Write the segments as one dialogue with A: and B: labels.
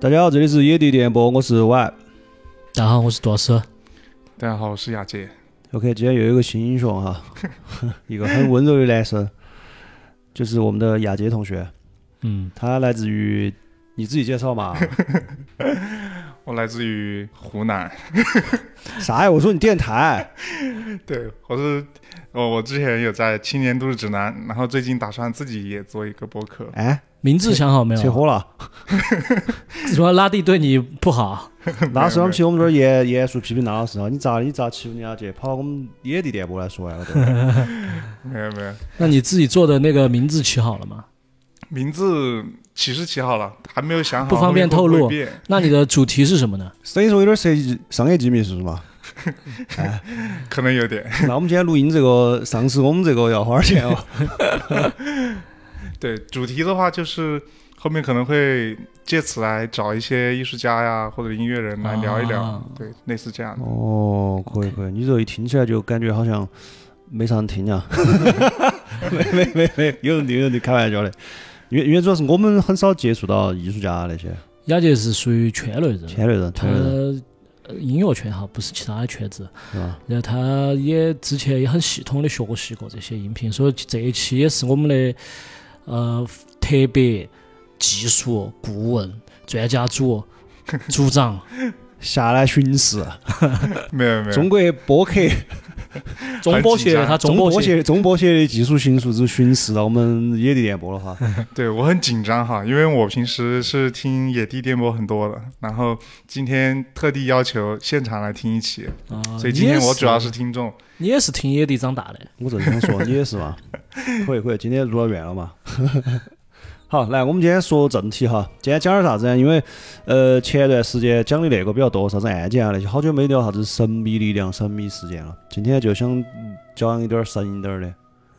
A: 大家好，这里是野地电波，我是 Y。
B: 大家好，我是杜老师。
C: 大家好，我是亚杰。
A: OK，今天又有一个新英雄 哈，一个很温柔的男生，就是我们的亚杰同学，
B: 嗯，
A: 他来自于你自己介绍 嘛？
C: 我来自于湖南，
A: 啥呀？我说你电台，
C: 对，我是我我之前有在《青年都市指南》，然后最近打算自己也做一个播客。
A: 哎，
B: 名字想好没
A: 扯
B: 有？啊
A: 火 了，
B: 什么拉蒂对你不好？
A: 那时候我们去我们这儿严严肃批评那老师啊，你咋你咋欺负人家去，跑到我们野地电波来说呀？我都
C: 没有没有，
B: 那你自己做的那个名字起好了吗？
C: 名字起是起好了，还没有想好，
B: 不方便
C: 后面会
B: 透露
C: 会变
B: 那你的主题是什么呢？
A: 所以说有点涉及商业机密是不是嘛？
C: 可能有 点。
A: 那我们今天录音这个，上次我们这个要花点钱哦。
C: 对，主题的话就是后面可能会借此来找一些艺术家呀或者音乐人来聊一聊，
B: 啊
C: 对，类似这样的。
A: 哦，可以可以，你这一听起来就感觉好像没啥人听啊。 没没没没，有人听有人听，开玩笑的。因为因为主要是我们很少接触到艺术家那些
B: 亚姐是属于圈内人，
A: 圈内人，
B: 她
A: 圈内人
B: 呃音乐圈哈，不是其他的圈子。
A: 是吧？
B: 然后她也之前也很系统的学习过这些音频，所以这一期也是我们的呃特别技术顾问专家组组长。
A: 下来巡视，
C: 没有没有，
A: 中国播客、
B: 中波协，他
A: 中
B: 波
A: 播，协、中播协的技术新素质巡视啊到我们野地电波了哈。
C: 对我很紧张哈，因为我平时是听野地电波很多的，然后今天特地要求现场来听一期，
B: 啊
C: 所以今天
B: 你也
C: 我主要是听众。
B: 你也是听野地长大的。
A: 我正想说，你也是 嘛？可以可以，今天入了院了嘛？ 好，来，我们今天说正题哈。今天讲点啥子啊呢？因为呃，前段时间讲的那个比较多，啥子案件啊那些，好久没聊啥子神秘力量、神秘事件了。今天就想嗯讲一点儿神一点儿的，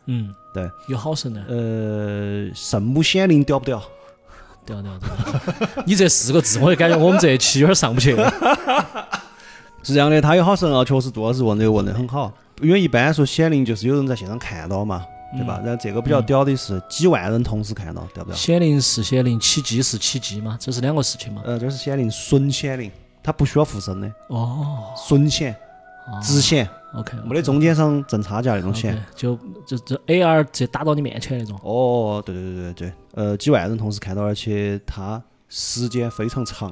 B: 嗯，
A: 对，
B: 有好神的。
A: 呃，圣母显灵屌不屌？
B: 对啊对啊对啊！ 你这四个字，我就感觉我们这一期有点上不去了。
A: 是这样的，他有好神啊，确实杜老师问这个问得很好，因为一般说显灵就是有人在现场看到嘛， 对吧？然后这个比较屌的是几万人同时看到，屌不屌？
B: 嗯显灵是显灵，起机是起机嘛，这是两个事情嘛。
A: 呃，这是显灵，纯显灵，它不需要附身的。
B: 哦
A: 纯显、直显，
B: ，OK，
A: 呃没得中间商挣差价那种显。
B: 就就就 AR 直接打到你面前那种。
A: 哦，对对对对对，呃，几万人同时看到，而且它时间非常长，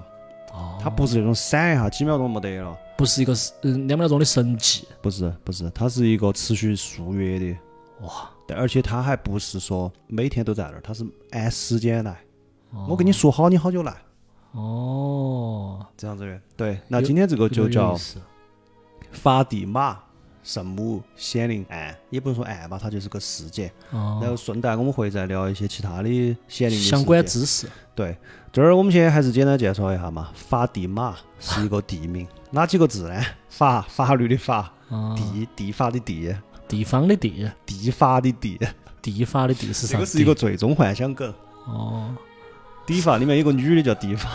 B: 哦，
A: 它不是那种闪一下几秒钟没得了，
B: 不是一个嗯两秒钟的神迹。
A: 不是不是，它是一个持续数月的，
B: 哇，
A: 但而且它还不是说每天都在那儿，它是按时间来。我跟你说好，你好久来，
B: 哦，
A: 这样子的。对，那
B: 有
A: 今天这个
B: 有
A: 就
B: 点
A: 叫
B: 意思
A: 法蒂玛圣母显灵案，也不能说案吧，它就是个事件。然
B: 哦，
A: 后顺带我们会再聊一些其他的显灵的
B: 相
A: 事
B: 关
A: 件
B: 知识。
A: 对，这儿我们先还是简单介绍一下嘛。法蒂玛是一个地名，哪几个字呢？法法律的法，
B: 啊，
A: 地地法的地，
B: 地方的地，
A: 地法的地。
B: 地法的地是
A: 这
B: 啥地？
A: 个是一个最终幻想梗。
B: 哦，
A: 地法里面有个女的叫地法。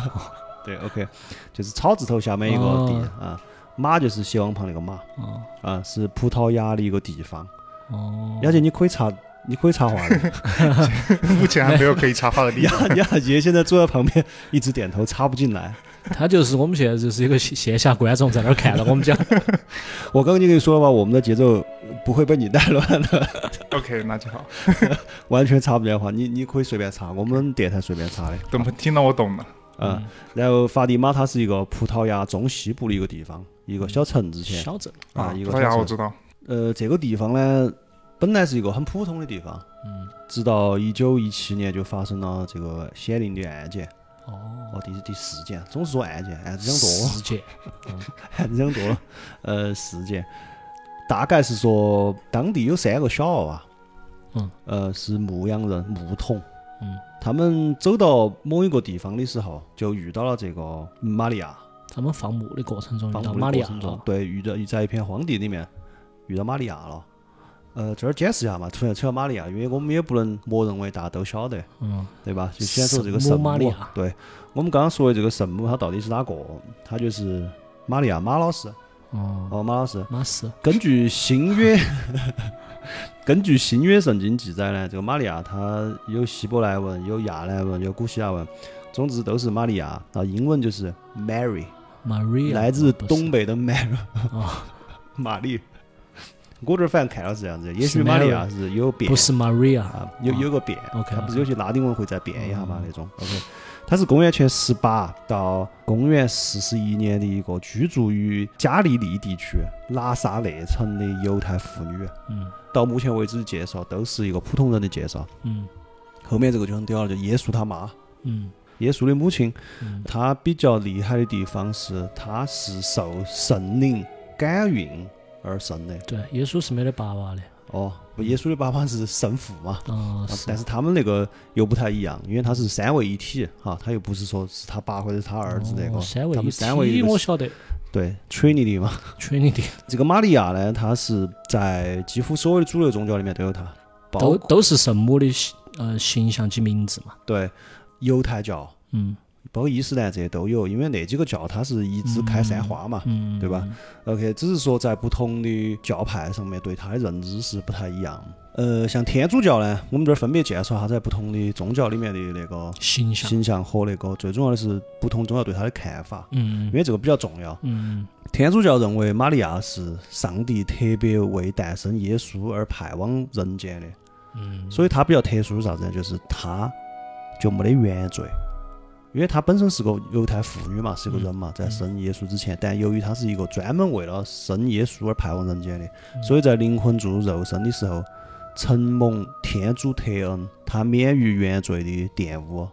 A: 对，OK，就是草字头下面一个地
B: 哦
A: 啊，马就是斜王旁那个马
B: 哦
A: 啊，是葡萄牙的一个地方。
B: 哦，
A: 而且你可以查，你可以查话的。
C: 目前还没有可以插话 的地方。
A: 亚亚杰现在坐在旁边，一直点头插不进来。
B: 他就是我们现在就是一个线线下观众在那儿看到我 们讲，
A: 我刚刚就跟你说了吧，我们的节奏不会被你带乱的，
C: OK，那就好。
A: 完全插不进话。你你可以随便插，我们电台随便插的。
C: 等听到我懂了。
A: 嗯，然后法蒂玛它是一个葡萄牙中西部的一个地方，一个小城之前
B: 小镇，
A: 啊，一个
C: 大家我
A: 小城。
C: 知道，
A: 呃，这个地方呢，本来是一个很普通的地方，
B: 嗯，
A: 直到一九一七年就发生了这个显灵的案件。
B: 哦，
A: 哦，第第四件，总是说案件，案子讲多了。
B: 事件，
A: 还是讲多了。呃，事件大概是说当地有三个小娃娃，
B: 嗯，
A: 呃，是牧羊人、牧童，
B: 嗯，
A: 他们走到某一个地方的时候，就遇到了这个玛利亚，
B: 他们放牧的过程中遇
A: 帮
B: 到
A: 助
B: 嗯玛
A: 的
B: 利
A: 过
B: 亚啊哦
A: 程中
B: 了，，
A: 对，遇到在一片荒地里面遇到玛利亚了。呃，这儿解释一下嘛，突然扯到玛利啊亚，因为我们也不能默认为大家都晓得，
B: 嗯，
A: 对吧？就先说这个
B: 圣母
A: 圣
B: 玛利
A: 母啊
B: 亚，
A: 对我们刚刚说的这个圣母，她到底是哪个？她就是玛利亚马老师
B: 哦，
A: 哦，马老师。
B: 马斯，
A: 根据新约， 根据新约圣经记载呢，这个玛利亚她有希伯来文，有亚兰文，有古希腊文，总之都是玛利亚。啊，英文就是 Mary，
B: Maria
A: 来自
B: 啊不是
A: 东北的 Mary，
B: 啊，
A: 玛丽。我这儿反正看到是这样子，也许
B: 是
A: 玛利
B: Mary
A: 亚是有变
B: 不是 Maria，
A: 啊，有有个变。
B: OK，
A: 它不是有些拉丁文会再变一下嘛
B: 嗯
A: 那种。OK，它是公元前十八到公元四十一年的一个居住于加利利地区拿撒勒城的犹太妇女。
B: 嗯
A: 到目前为止的介绍都是一个普通人的介绍，
B: 嗯
A: 后面这个就很屌了，就耶稣他妈，
B: 嗯
A: 耶稣的母亲，
B: 嗯，
A: 她比较厉害的地方是，她是受圣灵感孕而生的。
B: 对，耶稣是没得爸爸的，
A: 哦，不，耶稣的爸爸是圣父嘛，
B: 哦，
A: 啊
B: 是
A: 但是他们那个又不太一样，因为他是三位一体哈，他又不是说是他爸或者是他儿子那个，
B: 哦三位
A: 他
B: 一
A: 们三位一
B: 体，
A: 个
B: 我
A: 是
B: 晓得
A: 对 Trinity 嘛。
B: ，Trinity
A: 这个玛利亚呢，她是在几乎所有的主流宗教里面都有她，包
B: 都
A: 括
B: 都是圣母的呃形象及名字嘛，
A: 对犹太教，
B: 嗯
A: 包括伊斯兰这些都有，因为那几个教它是一枝开山花嘛。
B: 嗯，
A: 对吧？OK，只是说在不同的教派上面对它的认知是不太一样。呃，像天主教呢，我们这儿分别介绍它在不同的宗教里面的那个
B: 形象，
A: 形象和那个最重要的是不同宗教对它的看法，
B: 嗯
A: 因为这个比较重要。
B: 嗯
A: 天主教认为玛利亚是上帝特别为诞生耶稣而派往人间的，
B: 嗯，
A: 所以他比较特殊是啥子呢？就是他就没得原罪，因为他本身是个犹太妇女嘛，是个人嘛，在生耶稣之前，但由于他是一个专门为了生耶稣而派往人间的，所以在灵魂注入肉身的时候，承蒙天主特恩，他免于原罪的玷污，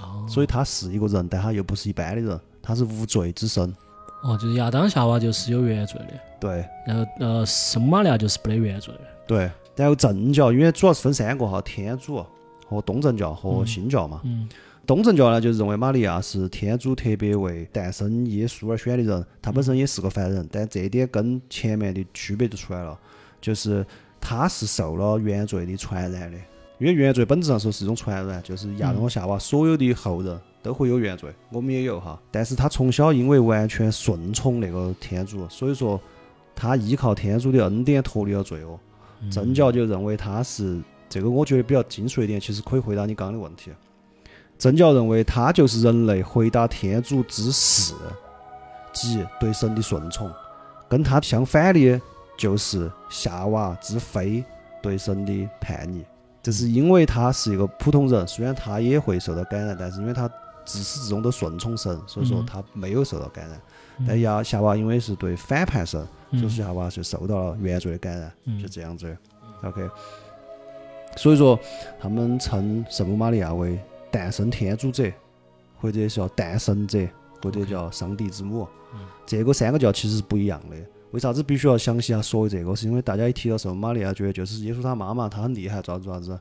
B: 哦
A: 所以他是一个人，但他又不是一般的人，他是无罪之身。
B: 哦，就是亚当夏娃就是有原罪的，
A: 对
B: 然后呃，圣母玛利亚就是没得原罪的，
A: 对，然后正教因为主要是分三个哈，天主啊和东正教和
B: 嗯
A: 新教嘛。
B: 嗯
A: 东正教呢，就是认为玛利亚是天主特别为诞生耶稣而选的人，她本身也是个凡人，但这一点跟前面的区别就出来了，就是她是受了原罪的传染的，因为原罪本质上说是一种传染，就是亚当和夏娃所有的后人都会有原罪，我们也有哈，但是她从小因为完全顺从那个天主，所以说她依靠天主的恩典脱离了罪恶，
B: 嗯
A: 政教就认为他是这个，我觉得比较精髓一点，其实可以回答你刚刚的问题。政教认为他就是人类回答天主之事，即对神的顺从，跟他相反的就是夏娃之非对神的叛逆。这是因为他是一个普通人，虽然他也会受到感染，但是因为他自始至终都顺从神，所以说
B: 嗯
A: 他没有受到感染。
B: 嗯
A: 但亚夏娃因为是对反叛神，所以说夏娃就受到了原罪的感染。
B: 嗯
A: 就这样子。OK，所以说他们称圣母玛利亚为诞生天主者，或者叫诞生者，或者叫上帝之母。这个三个教其实是不一样的。为啥子必须要详细啊说这个？是因为大家一提到圣母玛利亚，觉得就是耶稣他妈妈，她很厉害，咋子咋子，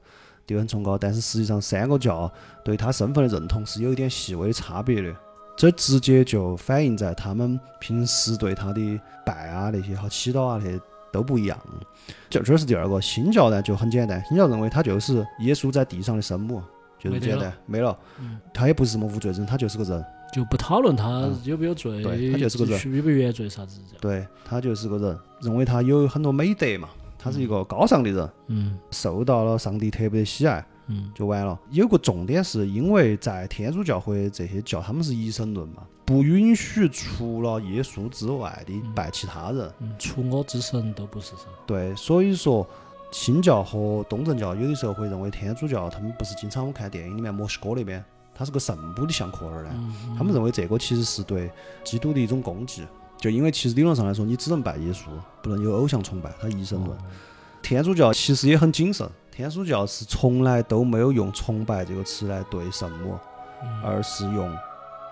A: 地位很崇高。但是实际上，三个教对她身份的认同是有一点细微的差别的。这直接就反映在他们平时对她的拜啊那些和祈祷啊那些都不一样。这这是第二个，新教呢就很简单，新教认为他就是耶稣在地上的生母，就这么
B: 没得
A: 简
B: 了
A: 单，没了
B: 嗯。
A: 他也不是什么无罪人，他就是个人。
B: 就不讨论他
A: 嗯
B: 有没有罪，
A: 对他就是个罪
B: 有没有原罪啥子这样，
A: 对他就是个人，认为他有很多美德嘛，他是一个高尚的人，
B: 嗯
A: 受到了上帝特别的喜爱，
B: 嗯
A: 就完了。有个重点是因为在天主教会这些教，他们是一神论嘛，不允许除了耶稣之外的拜其他人。
B: 嗯，除我之神都不是神，
A: 对，所以说新教和东正教有的时候会认为天主教，他们不是经常我们看电影里面墨西哥那边，他是个圣母的像壳儿呢，
B: 嗯
A: 哎他们认为这个其实是对基督的一种攻击，就因为其实理论上来说，你只能拜耶稣，不能有偶像崇拜，他一神
B: 嗯
A: 论。天主教其实也很谨慎，天主教是从来都没有用“崇拜”这个词来对圣母，
B: 嗯
A: 而是用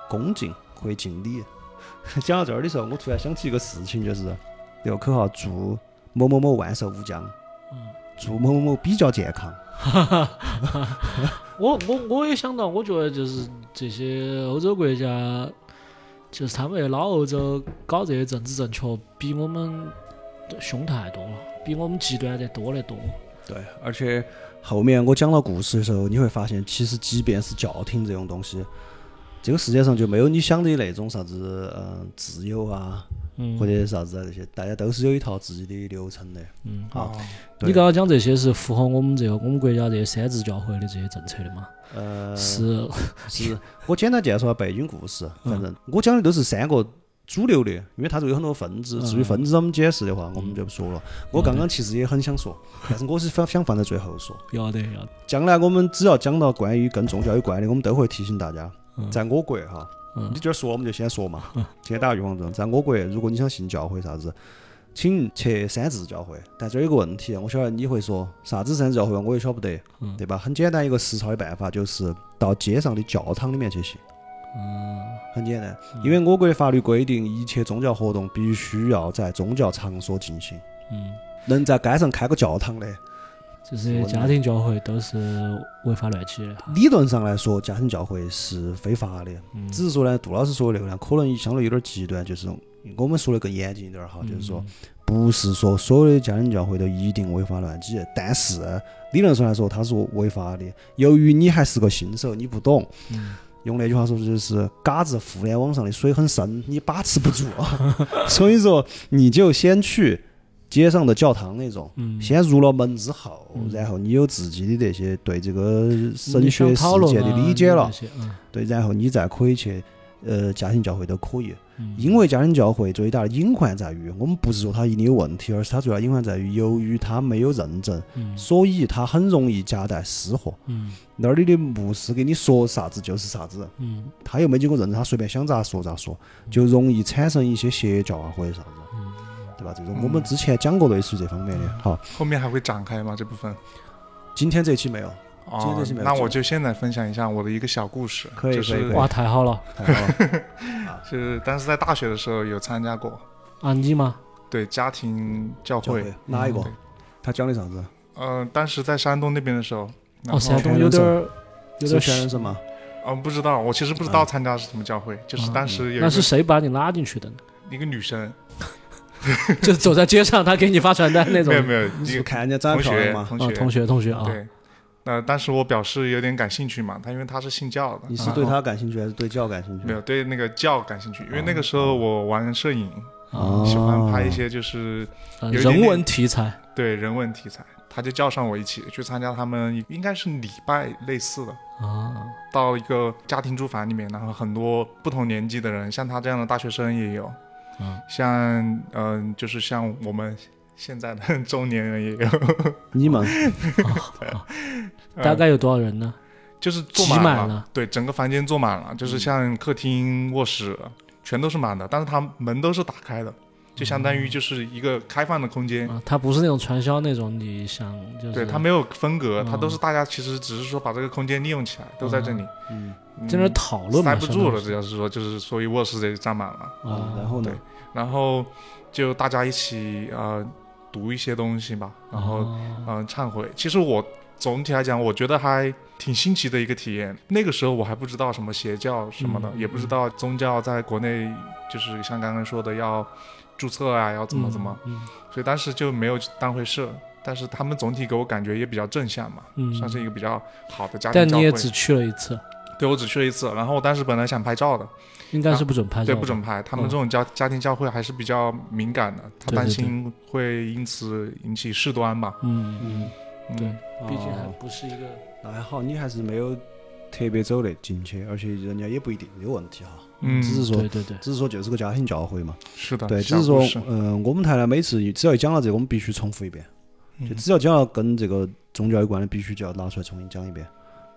A: 恭敬可以敬礼。 讲到这儿的时候，我突然想起一个事情，就是这个口号“祝某某某万寿无疆”，祝某某某比较健康。
B: 我我我也想到，我觉得就是这些欧洲国家，就是他们老欧洲搞这些政治正确，比我们凶太多了，比我们极端得多得多。
A: 对，而且后面我讲到故事的时候，你会发现，其实即便是教廷这种东西，这个世界上就没有你想的那种啥子嗯、呃自由啊，
B: 嗯
A: 或者啥子啊这些，大家都是有一套自己的流程的。
B: 嗯，
A: 好
C: 哦
B: 你刚刚讲这些是符合我们这个我们国家这些三自教会的这些政策的吗？
A: 呃，
B: 是，
A: 是我简单介绍下背景故事，
B: 嗯
A: 反正我讲的都是三个主流的，因为它这个有很多分支。至于
B: 嗯
A: 分支怎么解释的话，我们就不说了。我刚刚其实也很想 说，但是我是想想放在最后说。
B: 要得要得，
A: 将来我们只要讲到关于跟宗教有关的，我们都会提醒大家，
B: 嗯
A: 在我国哈，
B: 嗯
A: 你这儿说我们就先说嘛，先打个预防针。在我国，如果你想信教会啥子，请去三自教会。但这儿有个问题，啊我晓得你会说啥子三自教会，我也晓不得，
B: 嗯
A: 对吧？很简单一个实操的办法，就是到街上的教堂里面去信。
B: 嗯
A: 很简单，因为我国的法律规定，一切宗教活动必须要在宗教场所进行。
B: 嗯，
A: 能在街上开个教堂的，
B: 这些家庭教会都是违法乱纪的哈。
A: 理论上来说，家庭教会是非法的。
B: 嗯
A: 只是说呢，杜老师说的那个呢，可能相对有点极端，就是我们说的更严谨一点儿哈，啊就是
B: 嗯
A: 说，不是说所有的家庭教会都一定违法乱纪，但是理论上来说，它是违法的。由于你还是个新手，你不懂，
B: 嗯
A: 用那句话说就是“嘎子互联网上的水很深，你把持不住”，啊 所以说你就先去街上的教堂那种。
B: 嗯，
A: 先入了门之后，
B: 嗯
A: 然后你有自己的这些对这个神
B: 你
A: 学
B: 想
A: 世
B: 讨论
A: 界的
B: 啊
A: 理解
B: 你
A: 了
B: 那，些嗯
A: 对，然后你再可以去，呃，家庭教会都可以，
B: 嗯，
A: 因为家庭教会最大的隐患在于，我们不是说它一定有问题，而是它最大的隐患在于，由于它没有认证，
B: 嗯
A: 所以它很容易夹带私货。
B: 嗯
A: 那里的牧师给你说啥子就是啥子，
B: 嗯
A: 他又没经过认证，他随便想咋说咋说，就容易产生一些邪教啊或者啥子，
B: 嗯
A: 对吧？这种我们之前讲过类似于这方面的。好，
C: 后面还会展开吗？这部分？
A: 今天这期没有，接
C: 哦
A: 着是没，有
C: 那
A: 做
C: 我就现在分享一下我的一个小故事，
A: 可以
C: 就
A: 可以
C: 是
A: 对
B: 哇，太好了
A: 太好了，
C: 就是当时在大学的时候有参加过，
B: 啊！你嘛，
C: 对家庭教
A: 教
C: 会，
A: 会哪一个
C: 嗯？
A: 他讲的啥子？
C: 呃，当时在山东那边的时候，
B: 哦，
C: 然后
B: 山东有点儿有点
A: 是
B: 儿
A: 全人生吗？
C: 呃不知道，我其实不知道参加是什么教会，就是
B: 嗯
C: 当时有
B: 那
C: 一
B: 是
C: 个
B: 谁把你拉进去的呢？
C: 一个女生，
B: 就是走在街上，他给你发传单那种
C: 没有。没有，
A: 你
C: 一
A: 是
C: 个
A: 不看人家长
C: 同
A: 得漂亮
C: 学
A: 吗？
B: 啊，同
C: 学，
B: 学同学啊，
C: 对。那当时我表示有点感兴趣嘛，他因为他是信教的，
A: 你是
C: 然
A: 对
C: 后
A: 他感兴趣还是对教感兴趣？
C: 没有对那个教感兴趣，因为那个时候我玩摄影，
A: 哦
C: 喜欢拍一些就是
B: 呃
C: 有一点
B: 啊人
C: 点
B: 文题材，
C: 对人文题材，他就叫上我一起去参加他们应该是礼拜类似的，
B: 啊，
C: 到一个家庭住房里面，然后很多不同年纪的人，像他这样的大学生也有，
B: 嗯，
C: 像嗯、就是像我们现在的中年人也 有，
A: 你们
C: 呃
B: 大概有多少人呢？
C: 就是坐
B: 挤满
C: 了，
B: 了
C: 对，整个房间坐满了，就是像客厅、卧室全都是满的，但是它门都是打开的，就相当于就是一个开放的空间。
B: 啊，他不是那种传销那种，你想就是
C: 对，它没有分隔，
B: 嗯
C: 它都是大家其实只是说把这个空间利用起来，都在这里。
A: 嗯
C: 嗯
B: 在那儿讨论嘛，
C: 塞不住了，
B: 相
C: 主要是说就是所以卧室也占满了，
B: 当于
A: 啊，
B: 是
A: 然
B: 啊，
A: 后呢
C: 对？然后就大家一起呃读一些东西吧，然后
B: 啊
C: 嗯、忏悔。其实我总体来讲，我觉得还挺新奇的一个体验。那个时候我还不知道什么邪教什么的，
B: 嗯
C: 也不知道宗教在国内就是像刚刚说的要注册啊，要怎么怎么，，
B: 嗯
C: 所以当时就没有当回事。但是他们总体给我感觉也比较正向嘛，
B: 嗯，
C: 算是一个比较好的家庭
B: 但
C: 教
B: 你
C: 会。
B: 也只去了一次，
C: 对我只去了一次，然后我当时本来想拍照的，
B: 应该是不准拍照，
C: 啊对不准，拍，他们
B: 嗯
C: 这种家、家庭教会还是比较敏感的，他
B: 对对
C: 担
B: 对
C: 心会因此引起事端吧。
B: 嗯，
A: 嗯，
C: 嗯
B: 对毕竟还
A: 哦
B: 不是一个，
A: 那还好，你还是没有特别走的进去，而且人家也不一定有问题哈。
C: 嗯，
A: 只是说
B: 对对对，
A: 只是说就是个家庭教会嘛，
C: 是的，
A: 对，只
C: 啊小
A: 是说
C: 故事，
A: 嗯、我们台呢每次只要一讲到这个，我们必须重复一遍，就
C: 嗯
A: 只要讲到跟这个宗教有关的，必须就要拿出来重新讲一遍，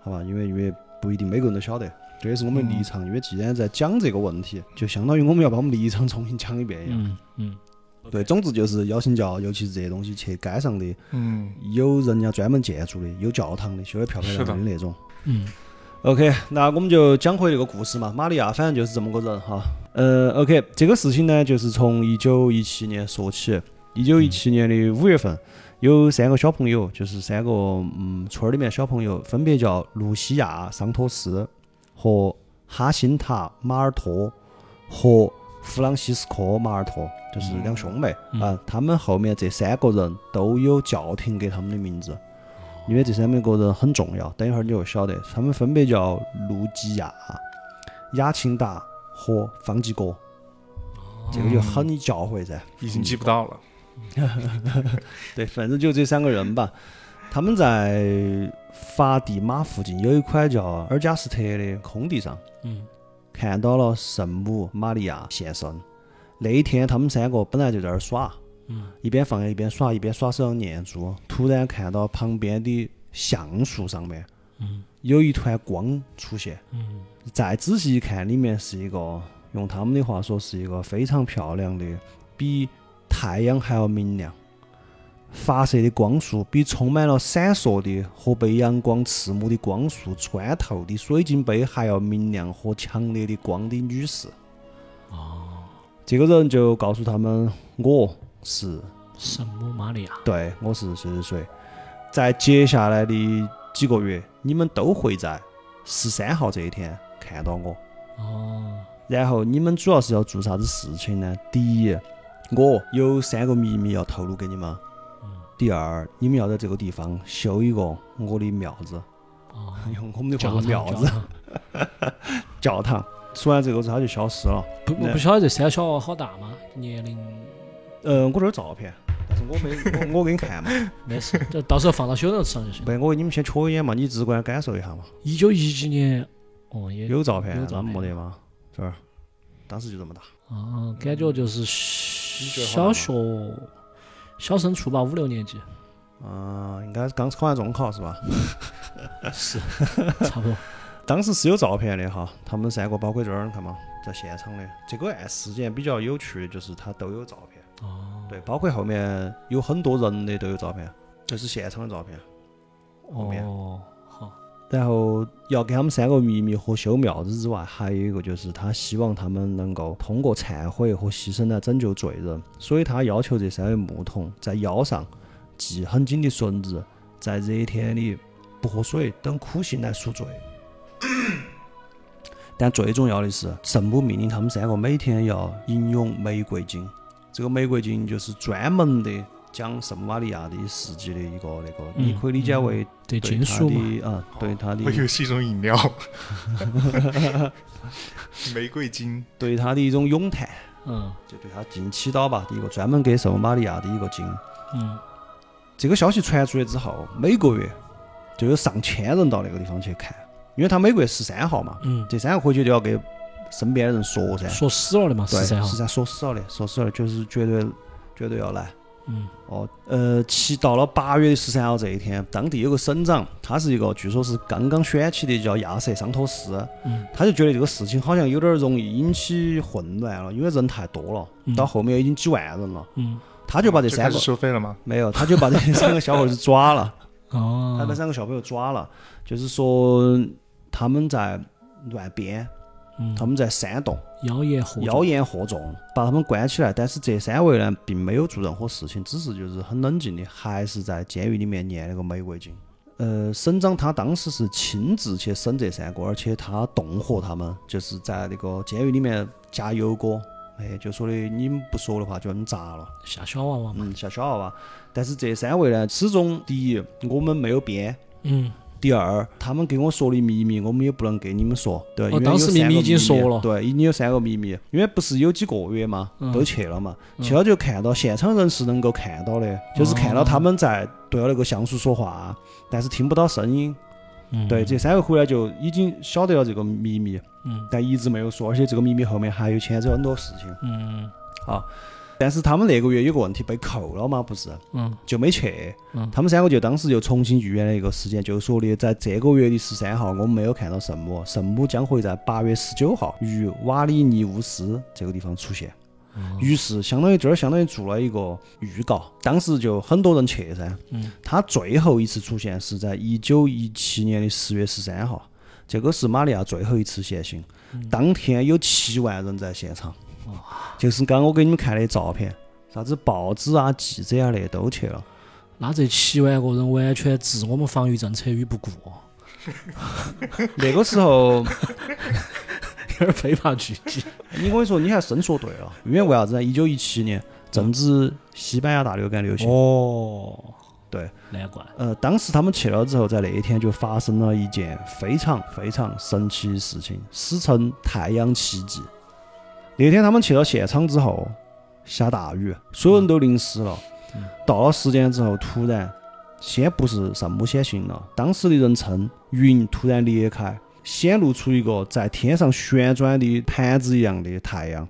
A: 好吧？因为因为不一定每个人都晓得，这也是我们的立场。因为既然在讲这个问题，就相当于我们要把我们立场重新讲一遍一样。
B: 嗯嗯，
A: 对，总之就是邀请教，尤其是这些东西，去街上的
C: 嗯，
A: 有人家专门建筑的，有教堂的，修得漂漂亮亮的那种。
B: 嗯，
A: OK，那我们就讲回这个故事嘛。玛利亚反正就是这么个人哈。呃，OK，这个事情呢，就是从一九一七年说起。一九一七年的五月份，有三个小朋友，就是三个嗯村儿里面小朋友，分别叫露西亚·桑托斯和哈辛塔·马尔托和弗朗西斯科·马尔托，就是两兄妹啊、
B: 嗯
A: 他们后面这三个人都有教廷给他们的名字。因为这三个人很重要，等一会儿你就会晓得，他们分别叫路基亚、雅钦达和方济各，这个就很教诲噻。
B: 嗯
C: 已经记不到了。
A: 对，反正就这三个人吧。他们在法蒂玛附近有一块叫尔加斯特的空地上，
B: 嗯，
A: 看到了圣母玛利亚现身。那一天，他们三个本来就在那儿耍，
B: 嗯，
A: 一边放羊一边耍，一边耍手上念珠，突然看到旁边的橡树上面，
B: 嗯，
A: 有一团光出现，
B: 嗯，
A: 再仔细一看，里面是一个用他们的话说是一个非常漂亮的，比太阳还要明亮。发射的光束比充满了闪烁的和被阳光刺目的光束穿透的水晶杯还要明亮和强烈的光的女士。这个人就告诉他们，我是
B: 圣母玛利亚，
A: 对，我是谁谁谁。在接下来的几个月，你们都会在十三号这一天看到我。
B: 哦，
A: 然后你们主要是要做啥子事情呢？第一，我有三个秘密要透露给你们。第二，你们要在这个地方修一个我的庙子，
B: 哦，
A: 用我们的话说
B: 教堂
A: 庙
B: 教
A: 子
B: 堂
A: 教堂。说完这个之后，他就消失了。
B: 不，我不晓得这三个小娃娃好大吗？年龄
A: 呃，我这儿有照片，但是我 没我我给你看嘛，
B: 没事，就到时候放到修道上就行。
A: 不，我给你们先瞧一眼嘛，你直观感受一下嘛。
B: 一九一几年，哦，也
A: 有照片，
B: 有照
A: 咱们
B: 片
A: 没得吗？这儿，当时就这么大。
B: 哦，感觉就是小学小升初吧，五六年级
A: 嗯、应该是刚考完中考是吧？
B: 是，差不多。
A: 当时是有照片的哈，他们三个包括这儿，你看嘛，在现场的这个案事件比较有趣的就是它都有照片，
B: 哦
A: 对，包括后面有很多人的都有照片，就是现场的照片。后面
B: 哦，好，
A: 然后要给他们三个秘密和修庙子之外，还有一个就是他希望他们能够通过忏悔和牺牲来拯救罪人，所以他要求这三位牧童在腰上系很紧的绳子，在热天里不喝水等苦行来赎罪。但最重要的是，圣母命令他们三个每天要饮用玫瑰精，这个玫瑰精就是专门的讲圣母玛利亚的事迹的一个那个，
B: 嗯
A: 你可以理解为
B: 对
A: 对
B: 金
A: 他
B: 属嘛，
A: 的啊，对他
C: 我以
A: 的
C: 为是一种饮料，玫瑰精。
A: 对他的一种咏叹，
B: 嗯
A: 就对他进行祈祷吧，一个专门给圣母玛利亚的一个经。
B: 嗯，
A: 这个消息传出去之后，每个月就有上千人到那个地方去看，因为他每个月十三号嘛，
B: 嗯，
A: 这三个回去就要给身边的人说噻，
B: 说死了的嘛，
A: 对，
B: 十三号
A: 十，三说死了的，说死了的就是绝对绝对要来。
B: 嗯，
A: 哦，呃，其到了八月十三号这一天，当地有个省长，他是一个据说是刚刚选起的，叫亚瑟桑托斯，
B: 嗯
A: 他就觉得这个事情好像有点儿容易引起混乱了，因为人太多了，
B: 嗯
A: 到后面已经几万人了，
B: 嗯，
A: 他就把这
C: 哦就
A: 三
C: 开
A: 个
C: 始收费了吗？
A: 没有，他就把这三个小伙子抓 了，他把
B: 哦，
A: 三个小朋友抓了，就是说他们在乱编，
B: 嗯
A: 他们在煽动。
B: 妖言惑
A: 妖
B: 众，
A: 言惑众，把他们关起来。但是这三位呢，并没有做任何事情，只是就是很冷静的，还是在监狱里面念那个玫瑰经。呃，省长他当时是亲自去审这三个，而且他恫吓他们，就是在那个监狱里面加油锅，哎，就说的你们不说的话就把你们砸了，
B: 吓小娃娃嘛，
A: 嗯，吓小娃娃。但是这三位呢，始终第一，我们没有编。
B: 嗯，
A: 第二，他们给我说的秘密，我们也不能给你们说，对，
B: 哦
A: 因为
B: 当时
A: 有三个
B: 秘
A: 秘
B: 密已经说了
A: 对，已经有三个秘密，因为不是有几个月嘛，
B: 嗯
A: 都去了嘛，
B: 嗯哦
A: 去了就看到现场人是能够看到的，就是看到他们在对着那个橡树说话，啊但是听不到声音，
B: 嗯
A: 对，，这三个回来就已经晓得了这个秘密，
B: 嗯
A: 但一直没有说，而且这个秘密后面还有牵扯很多事情
B: 嗯
A: 啊。但是他们那个月有个问题被扣了嘛，不是
B: 嗯
A: 就没去。
B: 嗯
A: 他们三个就当时就重新预约了一个时间，就说的在这个月的十三号，我们没有看到圣母，圣母将会在八月十九号于瓦里尼乌斯这个地方出现。
B: 哦
A: 于是，相当于这儿相当于做了一个预告，当时就很多人去噻。
B: 嗯，
A: 他最后一次出现是在一九一七年的十月十三号，这个是玛利亚最后一次限行，当天有七万人在现场，就是刚我给你们看的照片，啥子报纸啊、记者啊那都去了。
B: 那这七万个人完全置我们防疫政策于不顾，
A: 那个时候，
B: 有点非法聚集。
A: 你跟我说你还真说对了，因为为啥子呢？一九一七年正值西班牙大流感流行，
B: 哦，
A: 对，
B: 难怪。
A: 呃，当时他们去了之后，在那一天就发生了一件非常非常神奇的事情，史称“太阳奇迹”。那天他们去到现场之后，下大雨，所有人都淋湿了。到了时间之后，突然先不是圣母显形了，当时的人称云突然裂开，显露出一个在天上旋转的盘子一样的太阳，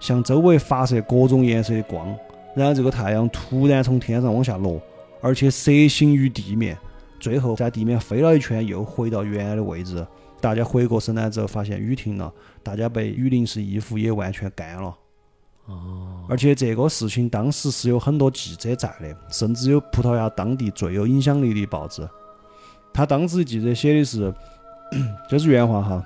A: 向周围发射各种颜色的光。然后这个太阳突然从天上往下落，而且蛇形于地面，最后在地面飞了一圈，又回到原来的位置。大家回过神来之后，发现雨停了，大家被雨淋湿衣服也完全干了。哦，而且这个事情当时是有很多记者在的，甚至有葡萄牙当地最有影响力的报纸，他当时记者写的是， 这是原话哈。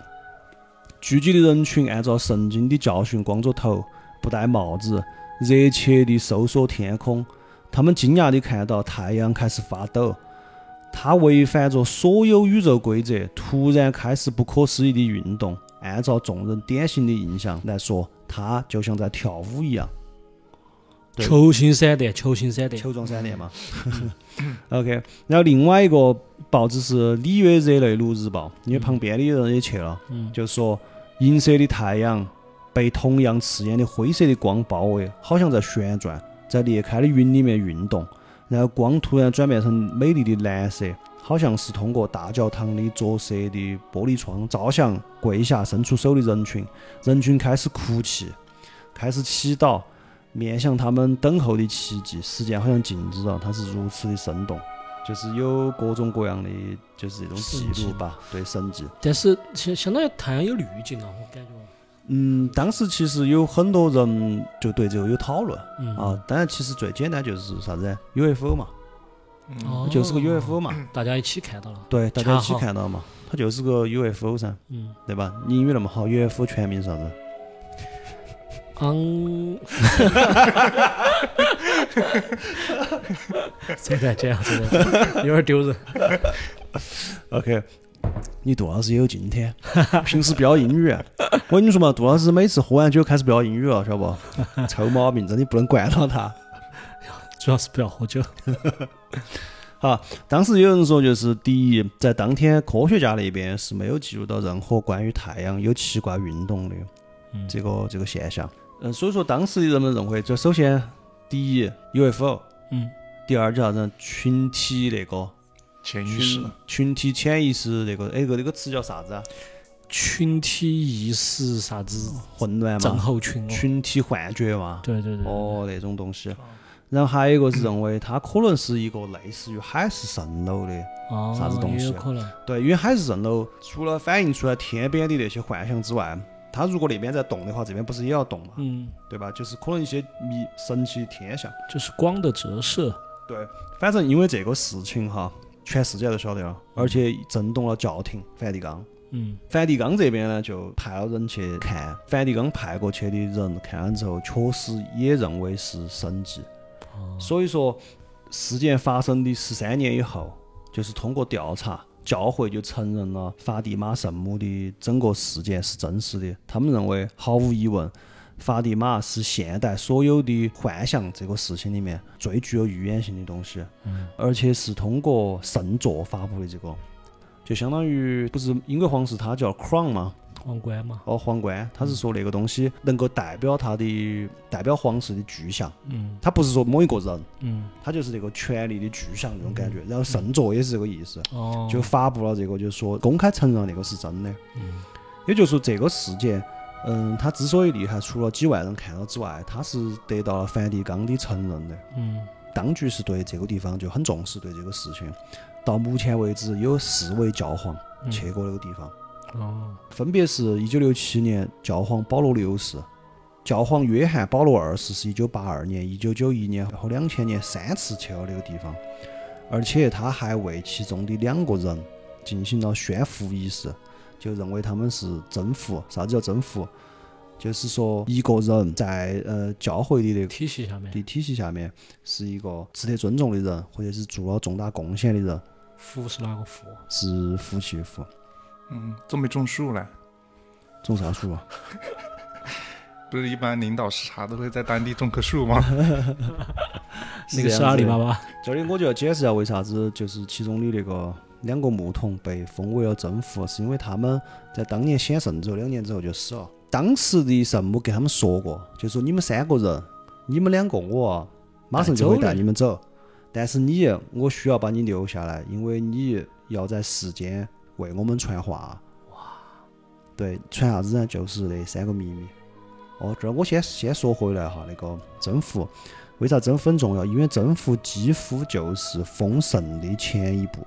A: 聚集的人群按照圣经的教训，光着头，不戴帽子，热切地搜索天空。他们惊讶地看到太阳开始发抖，它违反着所有宇宙规则，突然开始不可思议的运动。按照众人典型的印象来说，它就像在跳舞一样。对
B: 球星闪电，球星闪电，
A: 球状闪电嘛。OK，然后另外一个报纸是《里约热内卢日报》，因为旁边的人也去了，
B: 嗯
A: 就说银色的太阳被同样刺眼的灰色的光包围，好像在旋转，在裂开的云里面运动，然后光突然转变成美丽的蓝色。好像是通过大教堂的着色的玻璃窗照向跪下伸出手的人群，人群开始哭泣，开始祈祷，面向他们等候的奇迹，时间好像静止了，它是如此的生动，就是有各种各样的，就是这种记录吧，对神迹。
B: 但是相相当于太阳有滤镜啊，我感觉。
A: 嗯，当时其实有很多人就对这个有讨论
B: 嗯
A: 啊，当然其实最简单就是啥子 UFO 嘛，
C: 嗯，
B: 哦，
A: 就是个 UFO 嘛，
B: 大家一起看到了。
A: 对，大家一起
B: 恰好
A: 看到嘛，它就是个 UFO 噻，
B: 嗯
A: 对吧？你英语那么好，UFO 全名是啥子？嗯
B: 昂，这段这样，这段有点丢人。
A: OK，你杜老师也有今天，平时飙英语。啊我跟你说嘛，杜老师每次喝完酒开始飙英语了，晓得不？ 臭毛病，真的不能惯到他。
B: 主要是不要喝酒。
A: 当时有人说，就是第一，在当天科学家那边是没有记录到任何关于太阳有奇怪运动的
B: 嗯
A: 这个这个现象。嗯，所以说当时的人们认为，就首先第一 UFO，
B: 嗯，
A: 第二叫啥子群体那个
C: 潜意识
A: 群，群体潜意识那个哎那个那个词叫啥子啊？
B: 群体意识啥子
A: 混乱
B: 症
A: 嘛，
B: 候群哦。
A: 啊群体幻觉嘛。
B: 对对对。嗯对，
A: 哦，那种东西。然后还有一个是认为它可能是一个类似于海市蜃楼的，
B: 哦，
A: 啥子东西啊
B: 也有可能。
A: 对，因为海市蜃楼除了反映出来天边的那些幻象之外，它如果那边在动的话，这边不是也要动嘛，
B: 嗯，
A: 对吧？就是可能一些迷神奇的天象。
B: 就是光的折射。
A: 对，反正因为这个事情哈，全世界都晓得了，而且震动了教廷梵蒂冈。
B: 嗯
A: 梵蒂冈这边呢，就派了人去看，梵蒂冈派过去的人看完之后，确实也认为是神迹。所以说，事件发生的十三年以后，就是通过调查，教会就承认了法蒂玛圣母的整个事件是真实的。他们认为，毫无疑问，法蒂玛是现代所有的幻象这个事情里面最具有预言性的东西，而且是通过圣座发布的这个。就相当于不是英国皇室，它叫 crown 嘛，
B: 皇冠嘛。
A: 哦，皇冠，它是说那个东西能够代表它的代表皇室的具象，
B: 嗯
A: 它不是说某一个人，
B: 嗯。
A: 它就是这个权力的具象那种感觉。然后圣座也是这个意思，
B: 哦。
A: 就发布了这个，就是说公开承认那个是真的。
B: 嗯
A: 也就是说，这个事件，嗯，它之所以厉害，除了几万人看到之外，它是得到了梵蒂冈的承认的。
B: 嗯
A: 当局是对这个地方就很重视，对这个事情。到目前为止，有四位教皇
B: 嗯
A: 去过那个地方。
B: 哦。
A: 分别是一九六七年教皇保罗六世、教皇约翰保罗二世是一九八二年、一九九一年和两千年三次去了那个地方，而且他还为其中的两个人进行了宣福仪式，就认为他们是征服。啥子叫征服？就是说一个人在呃教会里的
B: 体系下面
A: 的体系下面是一个值得尊重的人，或者是做了重大贡献的人，
B: 服是哪个服？
A: 是夫妻夫，
C: 嗯，这没种树嘞，
A: 种啥树啊？
C: 不是一般领导视察都会在当地种棵树吗？
B: 那个是阿里巴
A: 巴。
B: 巴，
A: 这里我就要解释一下为啥子就是其中的那个两个牧童被封为了征服，是因为他们在当年显圣之后，两年之后就死了。当时的圣母给他们说过，就说你们三个人，你们两个我马上就会带你们走，但是你我需要把你留下来，因为你要在世间为我们传话。哇！对，传啥子呢？就是那三个秘密。哦，这儿我先先说回来哈，那个征服，为啥征服很重要？因为征服几乎就是封神的前一步。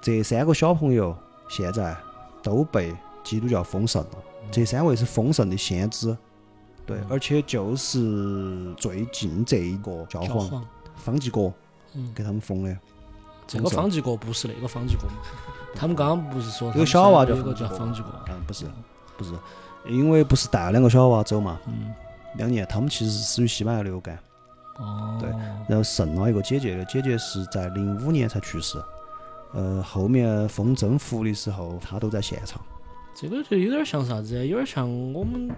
A: 这三个小朋友现在都被基督教封神了，这三位是封神的先知。对，而且就是最近这一个教
B: 教
A: 皇
B: 皇。
A: 方济各
B: 嗯，
A: 给他们封的，
B: 这个方济各不是那个方济各嘛？ 他们刚刚不是说
A: 有个小娃叫
B: 有个叫
A: 方
B: 方济各？
A: 嗯，不是，不是，因为不是带了两个小娃走嘛，
B: 嗯，
A: 两年，他们其实是死于西班牙流感，
B: 哦，
A: 对然后剩了一个姐姐的，姐姐是在零五年才去世，呃，后面封征服的时候，她都在现场，
B: 这个就有点像啥子？有点像我们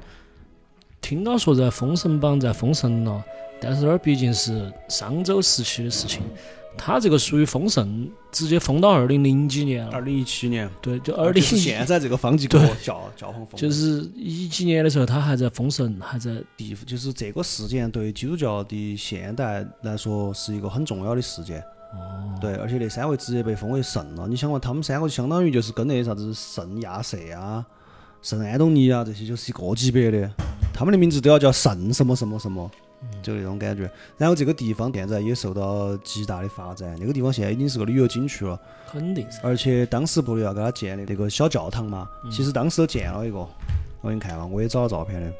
B: 听到说在封神榜在封神了，但是这儿毕竟是商周时期的事情，
A: 嗯
B: 它这个属于封神，直接封到二零零几年了。
A: 零一七年，
B: 对，就二
A: 而
B: 零
A: 且啊是现在这个方济各
B: 对
A: 教教皇封的，
B: 就是一几年的时候，他还在封神，还在
A: 地，就是这个事件对基督教的现代来说是一个很重要的事件。哦，对，而且那三位直接被封为圣了。你想嘛，他们三个就相当于就是跟那啥子圣亚瑟啊、圣安东尼啊这些就是一个级别的，他们的名字都要叫圣什么什么什么，就那种感觉。然后这个地方现在也受到极大的发展，那个地方现在已经是个旅游景区了。
B: 肯定是
A: 而且当时不是要给他建的那个小教堂嘛，
B: 嗯
A: 其实当时都建了一个，我给你看嘛，我也找了照片的。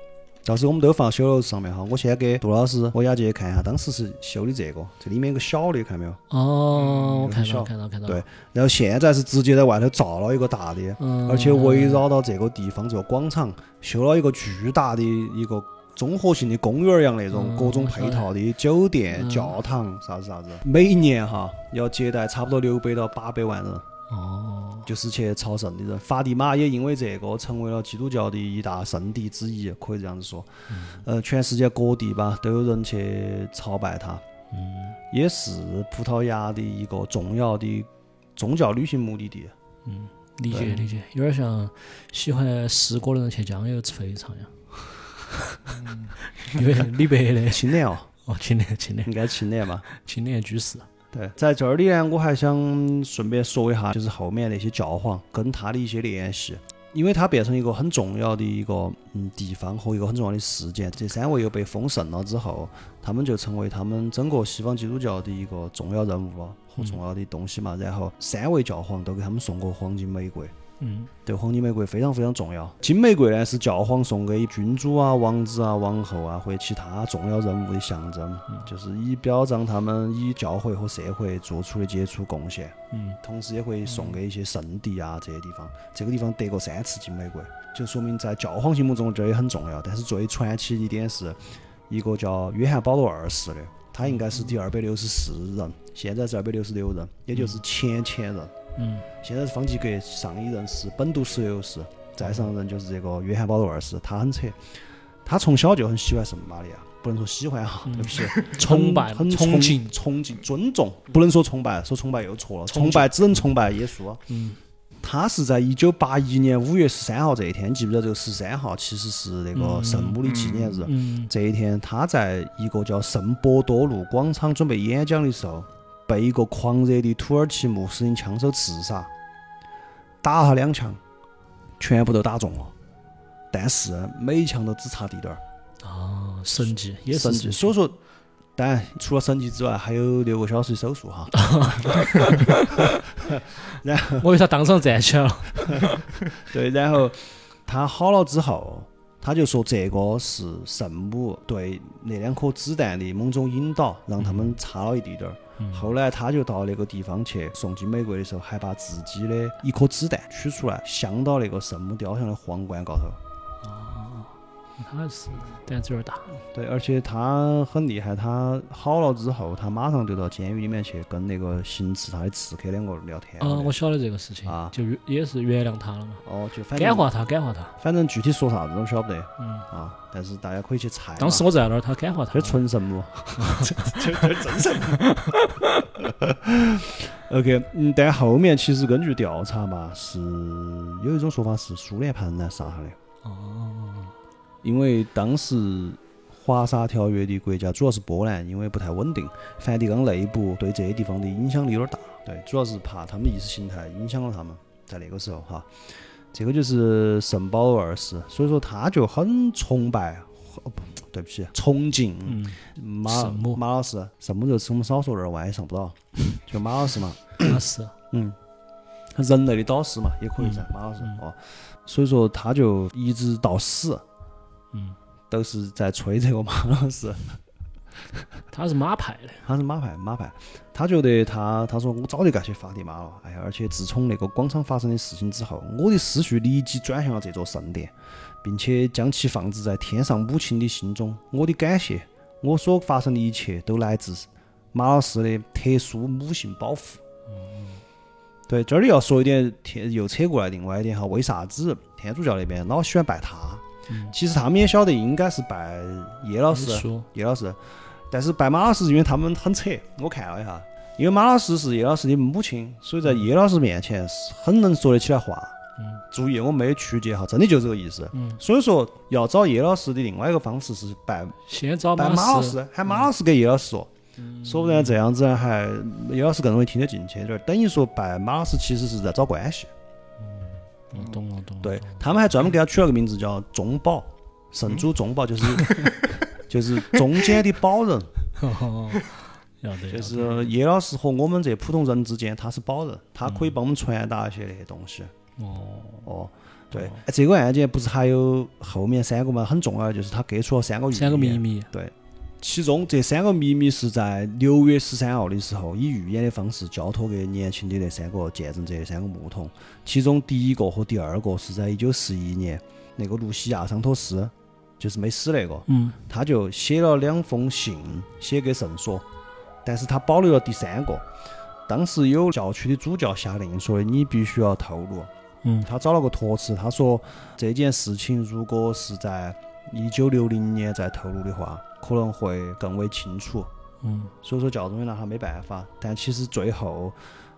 A: 到时候我们都放修楼上面哈，我先给杜老师和雅姐看一下，当时是修的这个，这里面有个小的，看到没有？
B: 哦，我看
A: 嗯有
B: 到
A: 点
B: 看到看到，
A: 对然后现在是直接在外头造了一个大的，
B: 嗯，
A: 而且围绕到这个地方这个广场修了一个巨大的一个综合性的公园儿一样那种
B: 嗯
A: 各种配套的酒店、
B: 嗯
A: 教堂啥子啥子，每年哈要接待差不多六百到八百万人。
B: 哦，
A: 就是去朝圣的人。法蒂玛也因为这个成为了基督教的一大圣地之一，可以这样子说。呃，全世界各地吧都有人去朝拜它，
B: 嗯
A: 也是葡萄牙的一个重要的宗教旅行目的地。
B: 嗯，理
A: 对
B: 解理解，有点像喜欢诗歌的人去江油吃肥肠呀，
A: 嗯
B: 因为李白的
A: 青年哦，
B: 哦，青年青年
A: 应该青年吧？
B: 青年居士，
A: 对，在这儿里呢，我还想嗯顺便说一下，就是后面那些教皇跟他的一些联系，因为它变成一个很重要的一个嗯地方和一个很重要的事件。这三位又被封圣了之后，他们就成为他们整个西方基督教的一个重要人物了和重要的东西嘛。然后三位教皇都给他们送过黄金玫瑰。
B: 嗯，
A: 对，黄金玫瑰非常非常重要。金玫瑰呢是教皇送给君主啊、王子啊、王后啊或者其他重要人物的象征，就是以表彰他们以教会和社会做出的杰出贡献。
B: 嗯，
A: 同时也会送给一些圣地啊这些地方。这个地方得过三次金玫瑰，就说明在教皇心目中这也很重要。但是最传奇的一点是，一个叫约翰保罗二世的，他应该是第二百六十四任，现在是二百六十六任，也就是前前任。
B: 嗯，
A: 现在是方济各上一任是本笃十六世，再上任就是这个约翰保罗二世，他很扯，他从小就很喜欢圣母玛利亚，不能说喜欢哈，对不 起，
B: 嗯崇拜
A: 很
B: 崇敬，
A: 崇敬、尊重，不能说崇拜，说崇拜又错了，
B: 崇敬
A: 崇拜只能崇拜耶稣。啊
B: 嗯，
A: 他是在一九八一年五月十三号这一天，记不记得这个十三号其实是那个圣母的纪念日。
B: 嗯
A: 这一天，他在一个叫圣伯多禄广场准备演讲的时候，被一个狂热的土耳其穆斯林枪手刺杀，打了他两枪，全部都打中了，但是每一枪都只差滴点儿。
B: 啊，神迹也是
A: 神迹。所以说，当然除了神迹之外，还有六个小时的手术哈。
B: 神迹我以为他当场站起来了，
A: 对，然后他好了之后，他就说这个
B: 嗯
A: 是圣母对那两颗子弹的某种引导，让他们差了一滴点儿。后来他就到那个地方去送进美国的时候，还把自己的一颗子弹取出来，镶到那个圣母雕像的皇冠高头。
B: 他是胆子有点大，
A: 对，而且他很厉害，他好了之后，他马上就到监狱里面去跟那个行刺他的刺客两个聊天了。
B: 嗯，我晓得这个事情
A: 啊，
B: 就原也是原谅他了嘛，
A: 哦，就反
B: 感
A: 正哎
B: 化他，感化他，
A: 反正具体说啥子都晓不得
B: 嗯，
A: 啊，但是大家可以去猜嘛。啊
B: 当时我在那儿，他感化他
A: 这
B: 了，
A: 纯神母，这这真神母。OK，嗯， 但后面其实根据调查嘛，是有一种说法是苏联派人来杀他的，
B: 哦，
A: 因为当时华沙条约的国家主要是波兰，因为不太稳定，梵蒂冈内部对这些地方的影响力有点大，对，主要是怕他们意识形态影响了他们，在那个时候哈，这个就是圣保罗二世，所以说他就很崇拜，哦不对不起，崇敬。
B: 嗯，
A: 马
B: 圣母
A: 马老师，圣母就是我们少数人，万一上不 到，就马老师嘛，
B: 他是，
A: 嗯，人类的导师嘛，也可以噻，马老师哦，所以说他就一直到死
B: 嗯，
A: 都是在吹这个马老师，
B: 他是马派的，
A: 他是马派马派，他觉得他他说我早就该去法蒂玛了，哎呀，而且自从那个广场发生的事情之后，我的思绪立即转向了这座圣殿，并且将其放置在天上母亲的心中，我的感谢，我所发生的一切都来自马老师的特殊母性保护。对，这里要说一点，天又扯过来另外一点哈，为啥子天主教那边老喜欢拜他？
B: 嗯
A: 其实他们也晓得应该是拜叶老师，
B: 说，
A: 叶老师，但是拜马老师，因为他们很扯，我看了一下，因为马老师是叶老师的母亲，所以在叶老师面前是很能说得起来话。
B: 嗯，
A: 注意我没有曲解哈，真的就这个意思。
B: 嗯，
A: 所以说要找叶老师的另外一个方式是拜
B: 先找
A: 拜马老
B: 老，
A: 师，嗯喊马老师给叶老师说，说不然这样子还叶老师更容易听得进去点儿。等于说拜马老师其实是在找关系。
B: 我哦懂了，懂了，
A: 嗯对他们还专门给他取了个名字叫中保，神主中保就是 就是中间的保人。
B: 哦， 要得，
A: 就
B: 要得
A: 是叶老师和我们这普通人之间，他是保人，他可以
B: 嗯
A: 帮我们传达一些那些东西。
B: 哦，
A: 哦，对，哎这个案件不是还有后面三个吗？很重要的就是他给出了三个
B: 三个秘
A: 密，
B: 密，
A: 对，其中这三个秘密是在六月十三号的时候，以预言的方式交托给年轻的那三个见证者、三个牧童，其中第一个和第二个是在一九四一年那个露西亚·桑托斯，就是没死那个，
B: 嗯，
A: 他就写了两封信写给圣所，但是他保留了第三个。当时有教区的主教下令说的，你必须要透露。
B: 嗯
A: 他找了个托词，他说这件事情如果是在一九六零年再透露的话，可能会更为清楚。
B: 嗯，
A: 所以说教宗也拿他没办法。但其实最后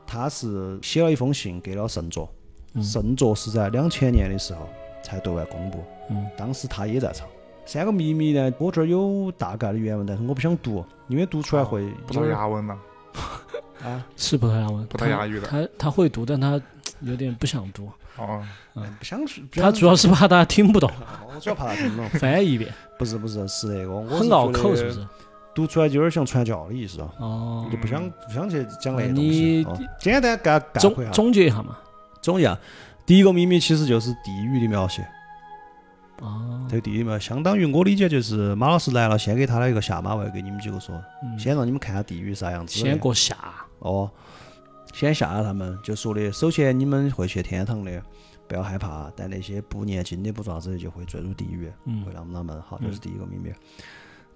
A: 他是写了一封信给了圣座，
B: 嗯
A: 圣座是在两千年的时候才对外公布。
B: 嗯，
A: 当时他也在场。三个秘密呢，我这儿有大概的原文，但是我不想读，因为读出来会
C: 不
A: 有
C: 到
A: 点
C: 牙温了，
A: 啊，
B: 是葡萄牙文，
C: 葡萄牙语的
B: 他他他会读，但他有点不想读，
C: 哦，
A: 不想说。不
B: 他
A: 想
B: 主要是怕大家听不懂，
A: 说 我主要怕他听不懂。
B: 翻译一遍，
A: 不是不是，是那个，我
B: 很拗口，是不
A: 觉得
B: 是？
A: 读出来就有点像传教的意思啊，
B: 哦
A: 我就，不想不想去讲那
B: 那
A: 些东西
B: 你。
A: 哦简单概概括一
B: 总
A: 下，
B: 总结一下嘛，
A: 总结啊，第一个秘密其实就是地狱的描写。
B: 哦，
A: 这个地狱嘛，相当于我理解就是马老师来了，先给他了一个下马威，给你们几个说，
B: 嗯
A: 先让你们看下地狱啥样子的。
B: 先过下，
A: 哦，先吓吓他们，就说的，首先你们会去天堂的，不要害怕，但那些不念经的不爪子的就会坠入地狱，
B: 嗯
A: 会让他们好，这是第一个秘密。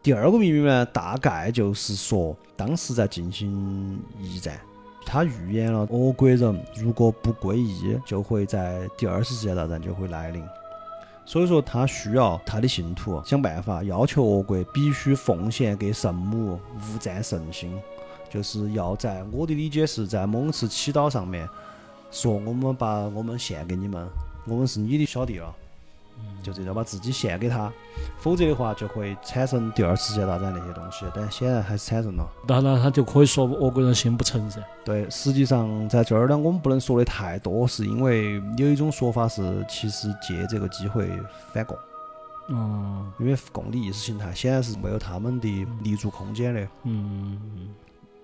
A: 第二个秘密呢，大概就是说，当时在进行一战，他预言了俄国人如果不皈依，就会在第二次世界大战就会来临。所以说，他需要他的信徒想办法要求俄国必须奉献给圣母，无战圣心。就是要在我的理解是在某次祈祷上面说，我们把我们献给你们，我们是你的小弟了，就这要把自己献给他，否则的话就会产生第二次世界大战那些东西，但显然还是产生了。
B: 那那他就可以说俄国人心不诚噻，
A: 对，实际上在这儿呢，我们不能说的太多，是因为有一种说法是，其实借这个机会反共，
B: 哦，
A: 因为共的意识形态显然是没有他们的立足空间的。
B: 嗯，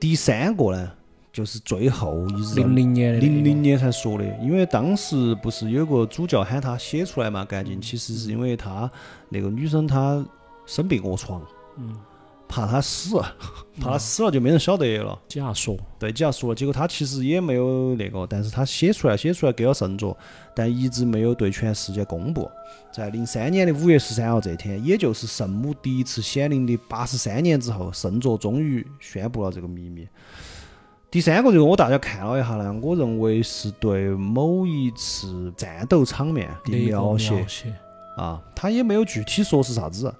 A: 第三个呢，就是最后一日
B: 零零年的那个
A: 零零年才说的，因为当时不是有个主教喊他写出来嘛，赶紧，其实是因为他那个女生她生病卧床，
B: 嗯
A: 怕他死，啊怕他死了就没人晓得了。
B: 假说，
A: 对，假说了，结果他其实也没有那个，但是他写出来，写出来给了圣作，但一直没有对全世界公布。在零三年的五月十三号这一天，也就是圣母第一次显灵的八十三年之后，圣作终于宣布了这个秘密。第三个这个我大家看了一下呢，我认为是对某一次战斗场面的
B: 那个
A: 描
B: 描
A: 写，啊，他也没有具体说是啥子。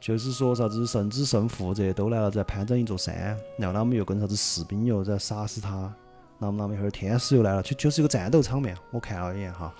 A: 就是说啥子圣子圣父这些都来了，在攀登一座山，然后他们又跟啥子士兵又在杀死他，那么那么一会儿天使又来了，就就是一个战斗场面。我看了一眼哈，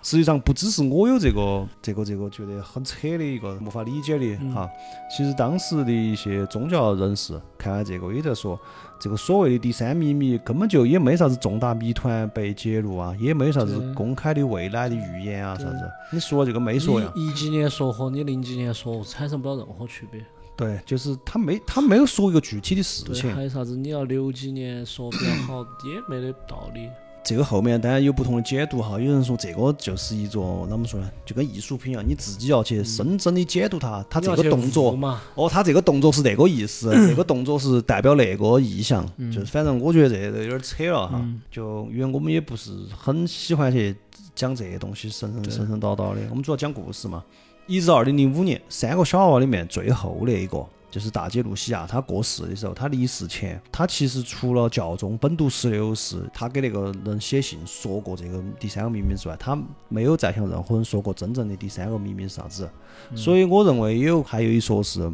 A: 实际上不只是我有这个这个这个觉得很扯的一个没法理解的哈。其实当时的一些宗教人士看完这个也在说，这个所谓的第三秘密根本就也没啥子重大谜团被揭露啊，也没啥子
B: 对
A: 公开的未来的预言啊啥子，你说这个没
B: 你
A: 说呀？
B: 一几年说和你零几年说产生不了任何区别。
A: 对，就是他没他没有说一个具体的事
B: 对，
A: 情
B: 还，有啥子你要六几年说比较好，也没得道理。
A: 这个后面当然有不同的解读哈。有人说这个就是一座怎么说呢，就跟艺术品一样，你自己要去深深的解读它，它
B: 你
A: 这
B: 要
A: 个
B: 去
A: 动
B: 悟
A: 作，
B: 嘛，
A: 哦，它这个动作是那个意思，那个动作是代表那个意象，就是反正我觉得这个有点扯了哈。就因为我们也不是很喜欢去讲这些东西神神
B: 对
A: 神神叨叨的，我们主要讲故事嘛。一直到二零零五年，三个小娃娃里面最后那一个，就是大姐露西亚，她过世的时候，她离世前，她其实除了教宗本笃十六世，她给那个人写信说过这个第三个秘密之外，她没有再向任何人说过真正的第三个秘密是啥子。所以我认为有还有一说是，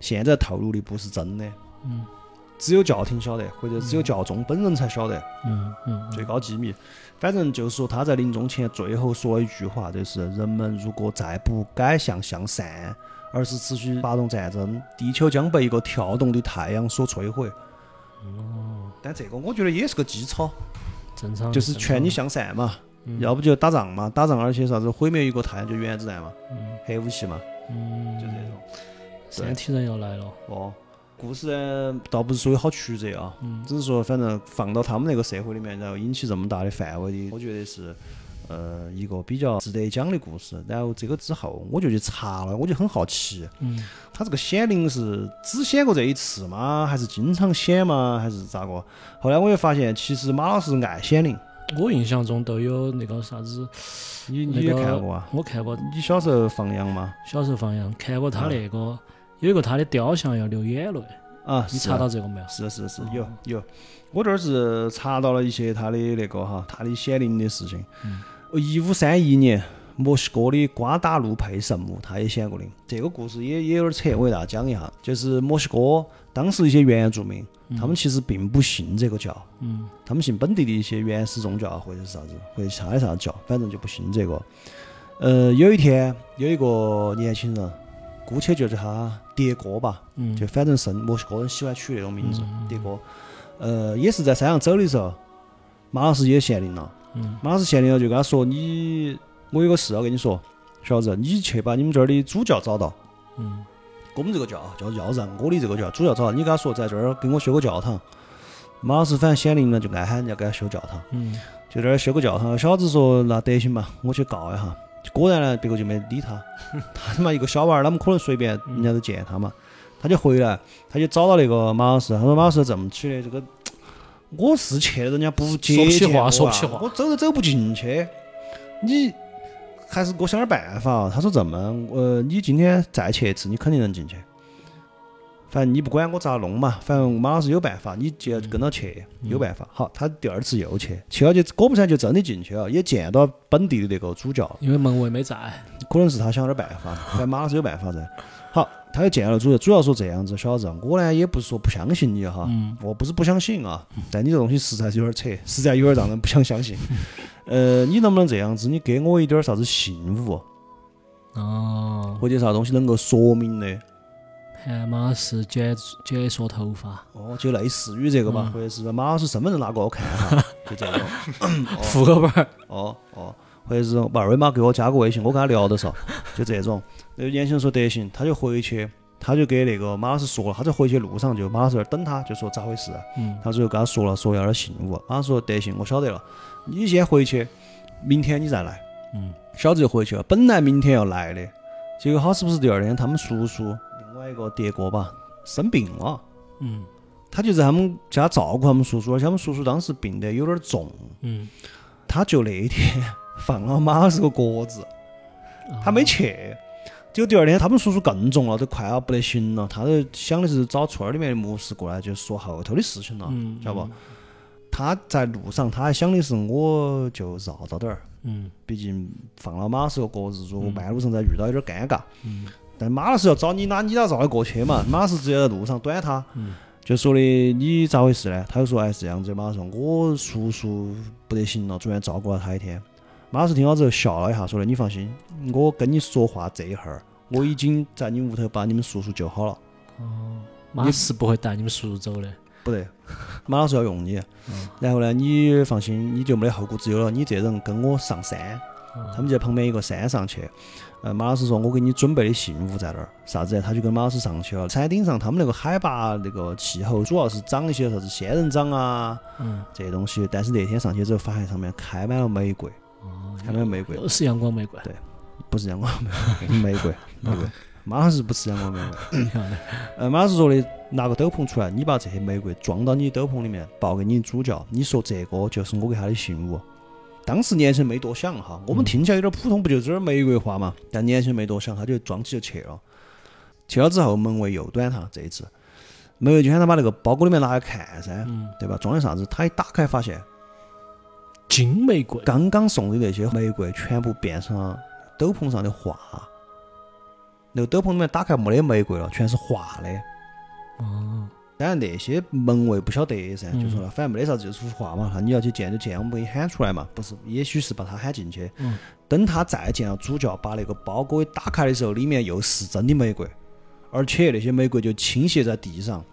A: 现在透露的不是真的，
B: 嗯
A: 只有教廷晓得，或者只有教宗本人才晓得。
B: 嗯嗯，
A: 最高机密。反正就是说，他在临终前最后说了一句话，就是人们如果再不改向向善，而是持续发动战争，地球将被一个跳动的太阳所摧毁。
B: 哦
A: 但这个我觉得也是个基础，
B: 正常
A: 就是
B: 正
A: 劝
B: 常
A: 你向善嘛，
B: 嗯
A: 要不就打仗嘛，打仗而且啥子毁灭一个太阳就原子弹嘛，
B: 嗯
A: 核武器嘛，
B: 嗯，
A: 就这种。
B: 三体人要来了，
A: 哦，故事呢倒不是说有好曲折啊，
B: 嗯
A: 只是说反正放到他们那个社会里面，然后引起这么大的范围的，我觉得是。呃，一个比较值得讲的故事。然后这个之后，我就去查了，我就很好奇，
B: 嗯，
A: 他这个显灵是只显过这一次吗？还是经常显吗？还是咋个？后来我又发现，其实马老师爱显灵，
B: 我印象中都有那个啥子，
A: 你
B: 那
A: 你也
B: 个
A: 看过啊？
B: 我看过
A: 你小时候放羊吗？
B: 小时候放羊，看过他那个有一个他的雕像要流眼泪，
A: 啊，
B: 你
A: 是
B: 查到这个没有？哦
A: 是是是，有有，我这儿是查到了一些他的那个哈，他的显灵的事情。
B: 嗯
A: 一五三一年，墨西哥的瓜达路佩圣母，她也显过灵。这个故事也也有点扯，我给大家讲一下。就是墨西哥当时一些原住民，他们其实并不信这个教，
B: 嗯
A: 他们信本地的一些原始宗教啊或者是啥子，或者其他的啥教，反正就不信这个。呃，有一天有一个年轻人，姑且就叫他迭哥吧，
B: 嗯，
A: 就反正是墨西哥人喜欢取那种名字，迭哥。呃，也是在山上走的时候，马老师也显灵了。
B: 嗯
A: 马老师显灵了，就跟他说：“你，我有个事要跟你说，小子，你去把你们这儿的主教找到。
B: 嗯
A: 我们这个教叫要让我的这个教主教找到，你给他说在这儿给我修个教堂。”马老师反正显灵了，就爱喊人家给他修教堂。
B: 嗯
A: 就在那儿修个教堂。小子说：“那得行嘛，我去告一下。”果然呢，别个就没理他。他他妈一个小娃儿，他们可能随便人家都见他嘛。他就回来，他就找到那个马老师，他说：“马老师这么起的，这个我是去了人家不接
B: 说不起
A: 见
B: 话
A: 我啊
B: 说不起话
A: 我走都走不进去。你还是给我想点办法啊。”他说：“这么，呃，你今天再去一次，你肯定能进去。反正你不管我咋弄嘛，反正马老师有办法，你就跟着去，有办法。好，他第二次又去，去了就果不其然就真的进去了，也见到本地的那个主教，
B: 因为门卫没在，
A: 可能是他想点办法，反正马老师有办法噻。好，他又见了主教，主要说这样子，小子，我呢也不是说不相信你哈，我不是不相信啊，但你这东西实在是有点扯，实在有点让人不想相信。呃，你能不能这样子，你给我一点啥子信物
B: 哦，
A: 或者啥东西能够说明的？
B: 还马是解解说头发，
A: 哦，就类似于这个吧，或者是马老师身份证拿给我看一下，就这种。
B: 户口本儿，
A: 哦哦，或者是把二维码给我加个微信，我跟他聊的时候，就这种。那个年轻人说得行，他就回去，他就给那个马老师说了，他在回去路上就马老师在那儿等他，就说咋回事、啊
B: 嗯
A: 他最后跟他说了，说要点信物。马老师说得行，我晓得了，你先回去，明天你再来。
B: 嗯
A: 小子就回去了，本来明天要来的，结果好是不是第二天他们叔叔另外一个德国吧，生病了，
B: 嗯
A: 他就在他们家照顾他们叔叔，而且他们叔叔当时病得有点重，
B: 嗯，
A: 他就那一天放了马尔是个鸽子，他没去。结果第二天，他们叔叔更重了，都快要不得行了。他都想的是找村儿里面的牧师过来，就说后头的事情了，
B: 嗯，
A: 啊晓得不？他在路上，他还想的是我就绕着点儿，
B: 嗯
A: 毕竟放了马是个鸽子，如果
B: 嗯
A: 半路上再遇到有点尴尬，
B: 嗯
A: 但马老师要找你哪，你哪绕得过去嘛？马老师直接在路上怼他，
B: 嗯
A: 就说的你咋回事呢？他就说哎是这样子的，马老师，我叔叔不得行了，昨天照顾了他一天。马老师听好之后笑了一下，说的你放心，我跟你说话这一会儿，我已经在你屋头把你们叔叔救好了。
B: 哦，马是不会带你们叔叔走的。
A: 不对，马老师要用你。然后呢，你放心，你就没得后顾之忧了。你这人跟我上山，
B: 哦
A: 他们就在旁边一个山上去。呃，马老师说：“我给你准备的信物在那儿，啥子呢？”他就跟马老师上去了。山顶上他们那个海拔那个气候，主要是长一些啥子仙人掌啊
B: 嗯
A: 这些东西。但是那天上去之后，发现上面开满了玫瑰，
B: 哦，
A: 开满了玫瑰，
B: 又是阳光 玫瑰，
A: 不是阳光玫瑰，玫瑰，玫瑰。马老师不吃阳光玫瑰。
B: 漂亮。
A: 呃，马老师说的，拿个斗篷出来，你把这些玫瑰装到你的斗篷里面，报给你主教，你说这个就是我给他的信物。当时年轻人没多想哈，我们听起来有点普通，不就这点玫瑰花嘛？但年轻人没多想，他就装起就去了。去了之后，门卫又短他这一次，门卫就喊他把那个包裹里面拿来看噻，
B: 嗯，
A: 对吧？装的啥子？他一打开发现，
B: 金玫瑰，
A: 刚刚送的那些玫瑰全部变成了斗篷上的花。那个斗篷里面打开没得玫瑰了，全是花的。
B: 哦，
A: 当然那些门卫不晓得噻，
B: 嗯
A: 就说了，反正没得啥子就是话嘛，那你要去见就见，我们给你喊出来嘛，不是，也许是把他喊进去，
B: 嗯
A: 等他再见到主教，把那个包裹一打开的时候，里面又是真的玫瑰，而且那些玫瑰就倾斜在地上，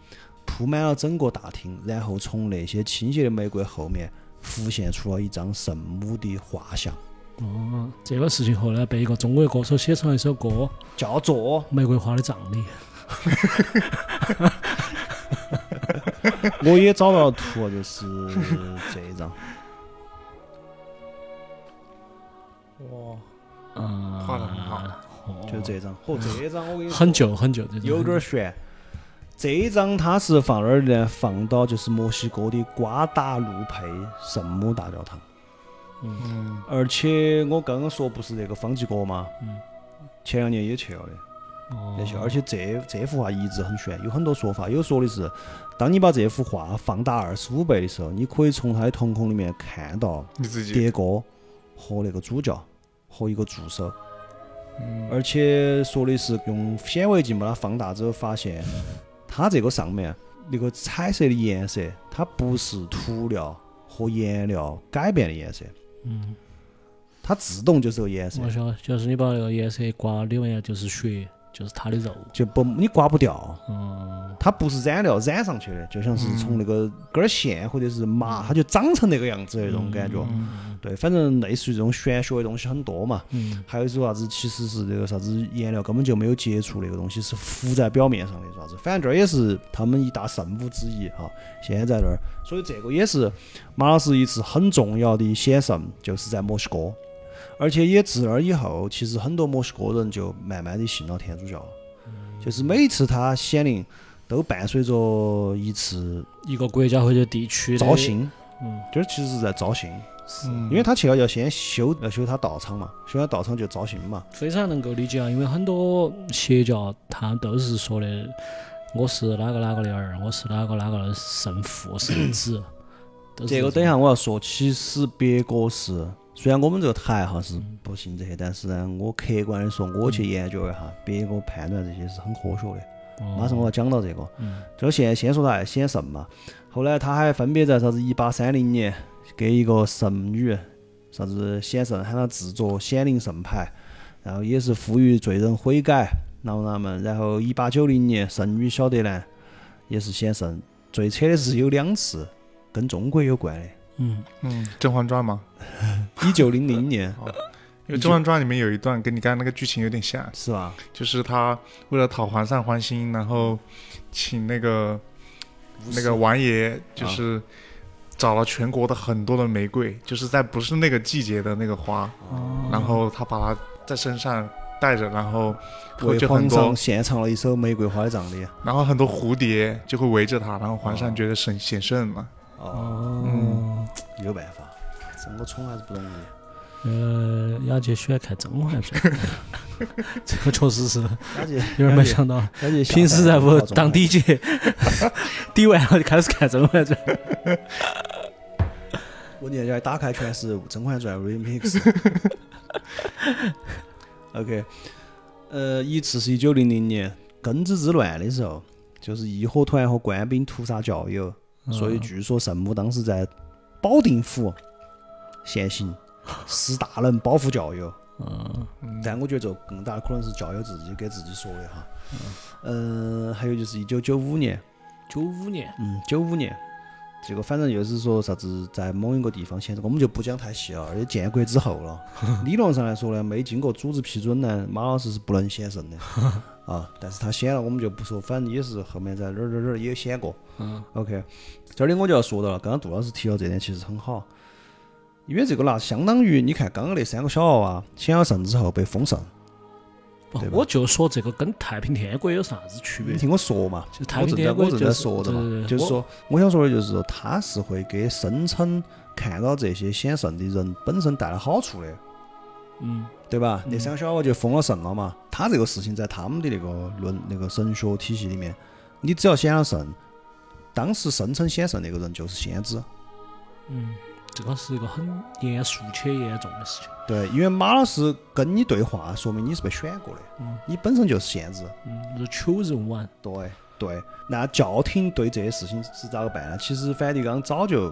A: 铺满了整个大厅，然后从那些倾斜的玫瑰后面浮现出了一张圣母的画像，
B: 哦，这个事情后来被一个中国歌手写成了一首歌《
A: 叫做
B: 玫瑰花的葬礼》。
A: 我也找到了图， 就是这一张，
C: 哇，
B: 嗯，
C: 画得很好，
B: 哦
A: 就这一张，嚯、这一张我给你说
B: 很旧很旧，这种
A: 有点悬。这一张它是放哪儿的呢？放到就是墨西哥的瓜达路佩圣母大教堂。
C: 嗯，
A: 而且我刚刚说不是那个方济各吗？
B: 嗯。
A: 前两年也去了的，
B: 哦
A: 那些，而且这这幅画一直很悬，有很多说法。有说的是，当你把这幅画放大二十五倍的时候，你可以从它的瞳孔里面看到
B: 嗯
C: 你自己，
A: 迭哥和那个主教和一个助手。
C: 嗯，
A: 而且说的是用显微镜把它放大之后，发 现它这个上面那个彩色的颜色，它不是涂料和颜料改变的颜色，
B: 嗯，
A: 它自动就是这 E 个颜色
B: 我，晓得，就是你把那个 E 颜色刮里面就是血，就是它的肉。
A: 就不你刮不掉。
B: 嗯，
A: 它不是染料染上去的，就像是从那个根儿线或者是麻，它就长成那个样子的那种感觉。
C: 嗯
A: 对，反正类似于这种玄学的东西很多嘛。
B: 嗯，
A: 还有一种啥子，其实是那个啥子颜料根本就没有接触那个东西，是浮在表面上的啥子。反正这儿也是他们一大圣物之一哈、现在在那儿，所以这个也是马老师一次很重要的显圣，就是在墨西哥。而且也自那儿以后，其实很多墨西哥人就慢慢的信了天主教了，
C: 嗯
A: 就是每一次他显灵都伴随着一次
B: 一个国家或者地区的
A: 招，新，
B: 嗯，
A: 就是其实是在招新，
C: 嗯
A: 因为他去了要先修要修他道场嘛，修完道场就招新嘛。
B: 非常能够理解啊，因为很多邪教他都是说的我是哪个哪个的儿，我是哪个哪个的圣父圣 子。都是
A: 这个
B: 种
A: 等一下我要说，其实别个是，虽然我们这个台哈是不信这些，但是呢，我客观的说，我去研究一下，别个判断这些是很科学的。
B: 哦
A: 马上我要讲到这个，
B: 嗯
A: 就先先说他先圣嘛，后来他还分别在啥子一八三零年给一个圣女啥子显圣，喊他制作显灵圣牌，然后也是呼吁罪人悔改，然后他们，然后一八九零年圣女小德兰也是显圣，最扯的是有两次跟中国有关的。
B: 嗯，
C: 嗯，《甄嬛传》吗？
A: 一九零零年
C: 因为《甄嬛传》里面有一段跟你刚才那个剧情有点像，
A: 是吧？
C: 就是他为了讨皇上欢心，然后请那个那个王爷，就是找了全国的很多的哦玫瑰，就是在不是那个季节的那个花，然后他把它在身上。带着，然后
A: 为
C: 会就很
A: 皇上
C: 多，
A: 献唱了一首《玫瑰花葬礼》。啊
C: 然后很多蝴蝶就会围着他，然后皇上觉得神显圣了。
A: 哦，
B: 嗯
A: 有办法，这么宠还是不容易。
B: 呃，亚杰喜欢看甄嬛传，这个确实是
A: 而且
B: 有点没想 到。
A: 而且
B: 平时在不当 DJ，抵 完了就啊开始看《甄嬛传》。
A: 我念一下，打开全是《甄嬛传》remix。OK，呃，一次是一九零零年庚子之乱的时候，就是义和团和官兵屠杀教友，所
B: 嗯
A: 以据说圣母当时在保定府现行，使大人保护教友。
B: 嗯，
A: 但我觉得这更大可能是教友自己给自己说的哈。嗯、呃，还有就是一九九五年，
B: 九五年，
A: 嗯，九五年，这个反正就是说啥子在某一个地方现在我们就不讲太细了，而且建国之后了，理论上来说呢，没经过组织批准呢，马老师是不能显圣的啊。但是他显了，我们就不说，反正也是后面在哪儿哪儿哪儿也显过。
B: 嗯
A: OK，这里我就要说到了，刚刚杜老师提到这点其实很好，因为这个啦，相当于你看刚刚那三个小娃娃显了圣之后被封圣。
B: 不
A: 对吧嗯
B: 我就说这个跟太平天国有啥子区别
A: 你？听我说嘛，
B: 就太
A: 我
B: 平
A: 正
B: 天
A: 在
B: 国
A: 我正在
B: 就是
A: 说的
B: 对对
A: 嘛，
B: 对
A: 就是
B: 我
A: 说我想说的就是说，他是会给声称看到这些显圣的人本身带来好处的，
B: 嗯，
A: 对吧？那三个小娃娃就封了圣了嘛，他这个事情在他们的那个论那个神学体系里面，你只要显了圣，当时声称显圣那个人就是先知。
B: 嗯，这个是一个很严肃且严重的事情。
A: 对，因为马老师跟你对话，说明你是被选过的，你本身就是先知。
B: 嗯，是求人晚。
A: 对对，那教廷对这些事情是咋个办呢？其实梵蒂冈早就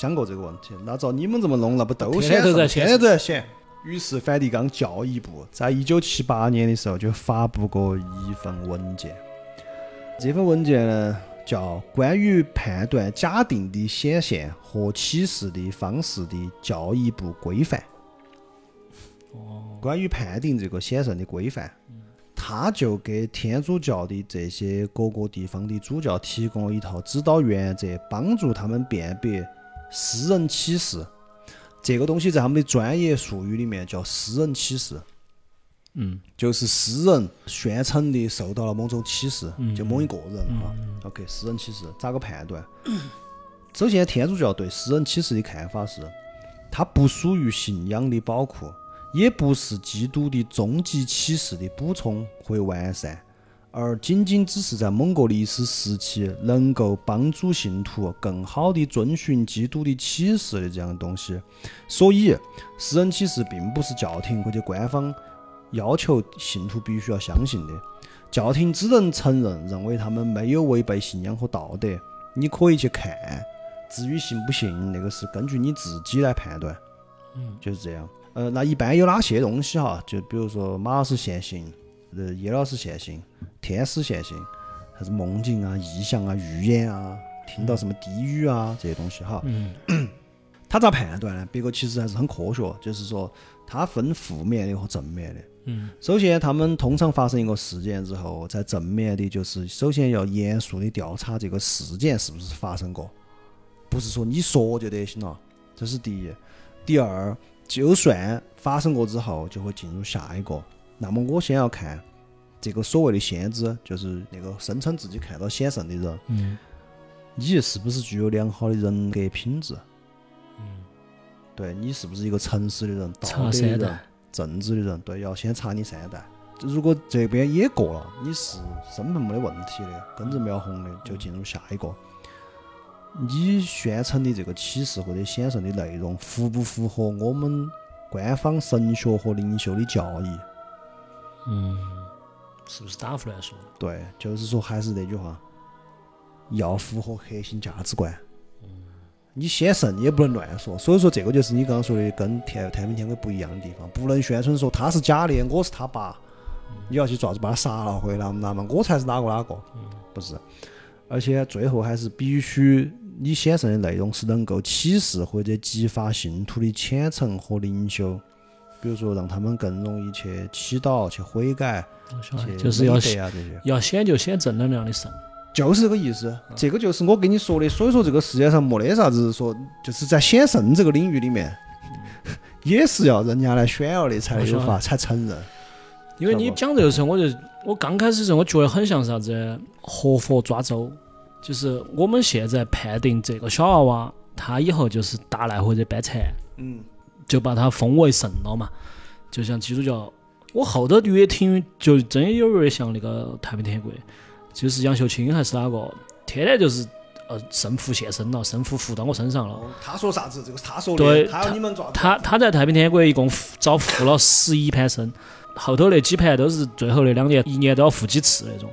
A: 想过这个问题，那照你们这么弄，那不都
B: 天天
A: 显
B: 都在
A: 圣天天都在显。于是梵蒂冈教义部在一九七八年的时候就发布过一份文件，这份文件呢叫《关于判断假定的显现和启示的方式的教义部规范》。
B: 哦，
A: 关于判定这个显圣的规范，他就给天主教的这些各个地方的主教提供了一套指导原则，帮助他们辨别私人启示。这个东西在他们的专业术语里面叫私人启示，
B: 嗯，
A: 就是私人宣称的受到了某种启示，就某一个人啊。OK，私人启示咋个判断？首先，天主教对私人启示的看法是，它不属于信仰的宝库，也不是基督的终极启示的补充或完善，而仅仅只是在某个历史时期能够帮助信徒更好地遵循基督的启示的这样的东西。所以，私人启示并不是教廷或者官方要求信徒必须要相信的。教廷只能承认，认为他们没有违背信仰和道德。你可以去看，至于信不信，那个是根据你自己来判断。
B: 嗯，
A: 就是这样。呃，那一般有哪些东西哈？就比如说马老师限行，呃，叶老师限行，天使限行，啥子梦境啊、异象啊、预言啊，听到什么低语啊这些东西哈。
B: 嗯，
A: 他咋判断呢？别个其实还是很科学，就是说他分负面的和正面的。
B: 嗯，
A: 首先，他们通常发生一个事件之后，在正面的，就是首先要严肃的调查这个事件是不是发生过，不是说你说就得行了，这是第一。第二，就算发生过之后，就会进入下一个。那么我先要看这个所谓的先知，就是那个声称自己看到显圣的人，
B: 嗯，
A: 你是不是具有良好的人格品质？
B: 嗯
A: 对你是不是一个诚实的人、道
B: 查
A: 德的
B: 三
A: 人
B: 代、。
A: 正直的人？对，要先查你三代。如果这边也过了，你是身份没得问题的，根正苗红的，就进入下一个。你宣称的这个启示或者显圣的内容，符不符合我们官方神学和灵修的教义？
B: 嗯，是不是打胡乱说？
A: 对，就是说还是那句话，要符合核心价值观。你先圣也不能乱说，所以说这个就是你刚刚说的跟天太平天国不一样的地方，不能宣传说他是假的，我是他爸，你要去爪子把他杀了回来那么我才是哪个哪个，不是。而且最后还是必须你显圣的内容是能够启示或者激发信徒的虔诚和灵修，比如说让他们更容易去祈祷、去悔改、
B: 我晓得
A: 去
B: 就是要
A: 美德啊这些。
B: 要显就显正能量的圣。
A: 就是这个意思，这个就是我跟你说的。所以说，这个世界上没得啥子说，就是在显圣这个嗯 领域里面，也是要人家来选了的才有
B: 我晓
A: 法才承认。
B: 因为你讲这个时候，我就我刚开始时候，我觉得很像啥子活佛抓周，就是我们现在判定这个小娃娃，他以后就是大难或者搬残，
A: 嗯，
B: 就把他封为圣了嘛。就像基督教，我后头越听就真有点像那个太平天国，就是杨秀清还是哪个，天天就是呃圣父现身了，圣父附到我身上了。
A: 哦他说啥子，这个是他说
B: 的对他
A: 要你们抓
B: 他他在太平天国一共复遭复了十一盘生，后头那几盘都是最后那两年一年都要复几次那种，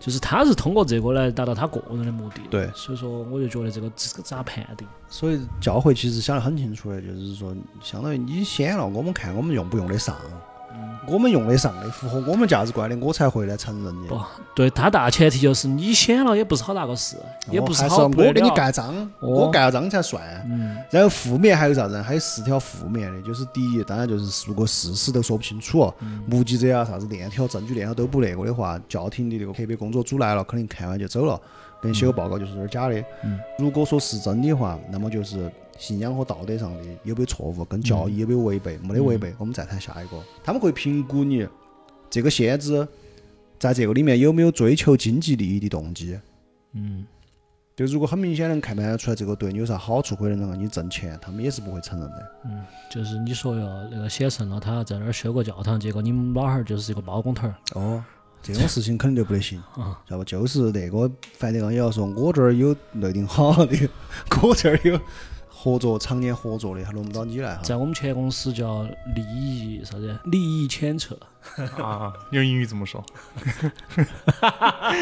B: 就是他是通过这个来达到他个人的目的。
A: 对
B: 所以说我就觉得这个这个咋判定？
A: 所以教会其实想得很清楚的，就是说，相当于你先了，我们看我们用不用得上，我们用得上的，符合我们价值观的，我才会来承认的。
B: 不对，他大前提就是你选了也不是好大个事，也不
A: 哦还是
B: 好
A: 要
B: 不得
A: 我给你
B: 了。
A: 盖章，
B: 哦
A: 我盖了章才算。
B: 嗯，
A: 然后负面还有啥子？还有四条负面的，就是第一，当然就是如果事实都说不清楚，
B: 嗯
A: 目击者啊、啥子链条、证据链条都不那个的话，教廷的那个特别工作组来了，肯定看完就走了，给你写个报告就是有点假的。
B: 嗯
A: 如果说是真的话，那么就是信仰和道德上的有没有错误，跟教义有没有违背，没得违
B: 嗯
A: 背，我们再谈下一个。他们会评估你这个先知在这个里面有没有追求经济利益的动机。
B: 嗯
A: 就如果很明显能看得出来这个对你有啥好处，或者能让你挣钱，他们也是不会承认的。
B: 就是你说要那个显圣了，他在那儿修个教堂，结果你们老汉儿就是一个包工头儿。
A: 哦，这种事情肯定就不得行
B: 嗯，
A: 晓得不？就是那个梵蒂冈也要说，我这儿有内定好的， 我这儿有合作，常年合作的，还轮不到你来哈。
B: 在我们前公司叫利益啥子？利益牵扯。
C: 啊，用英语怎么 说？
B: 忘了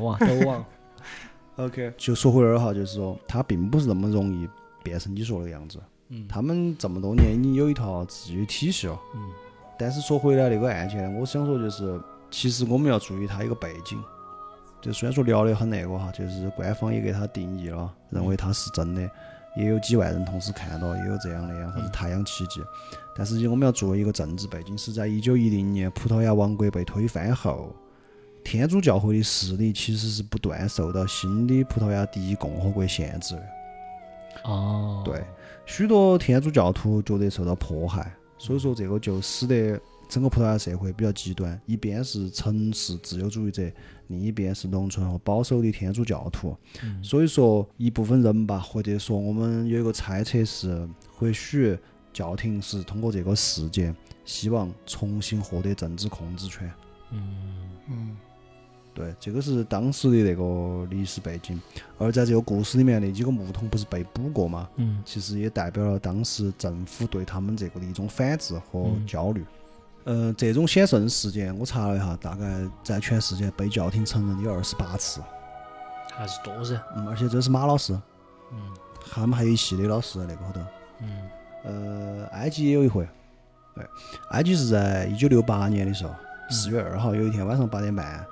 B: 忘了都忘了。
A: OK，就说回来儿哈，就是说他并不是那么容易变成你说的样子。
B: 嗯
A: 他们这么多年已经有一套自己的体系了。
B: 嗯。
A: 但是说回来那个案件，我想说就是，其实我们要注意它一个背景。就虽然说聊得很那个哈，就是官方也给它定义了，认为它是真的，也有几万人同时看到，也有这样那样啥
B: 嗯
A: 子太阳奇迹。但是我们要做一个政治背景，是在一九一零年葡萄牙王国被推翻后，天主教会的势力其实是不断受到新的葡萄牙第一共和国限制的。
B: 哦，
A: 对，许多天主教徒觉得受到迫害，所以说这个就使得整个葡萄牙社会比较极端，一边是城市自由主义者，另一边是农村和保守的天主教徒。
B: 嗯
A: 所以说一部分人吧，或者说我们有一个猜测是，或许教廷是通过这个事件，希望重新获得政治控制权。
C: 嗯，
A: 对，这个是当时的那个历史背景。而在这个故事里面，那几个牧童不是被捕过吗？
B: 嗯，
A: 其实也代表了当时政府对他们这个的一种反制和焦虑。嗯、呃，这种险胜事件，我查了一下，大概在全世界被教廷承认有二十八次。
B: 还是多噻，
A: 嗯，而且这是马老师，
B: 嗯
A: 他们还有一系列老师在那个后头。
B: 嗯
A: 呃，埃及也有一回，对，埃及是在一九六八年的时候，四月二号有一天晚上八点半，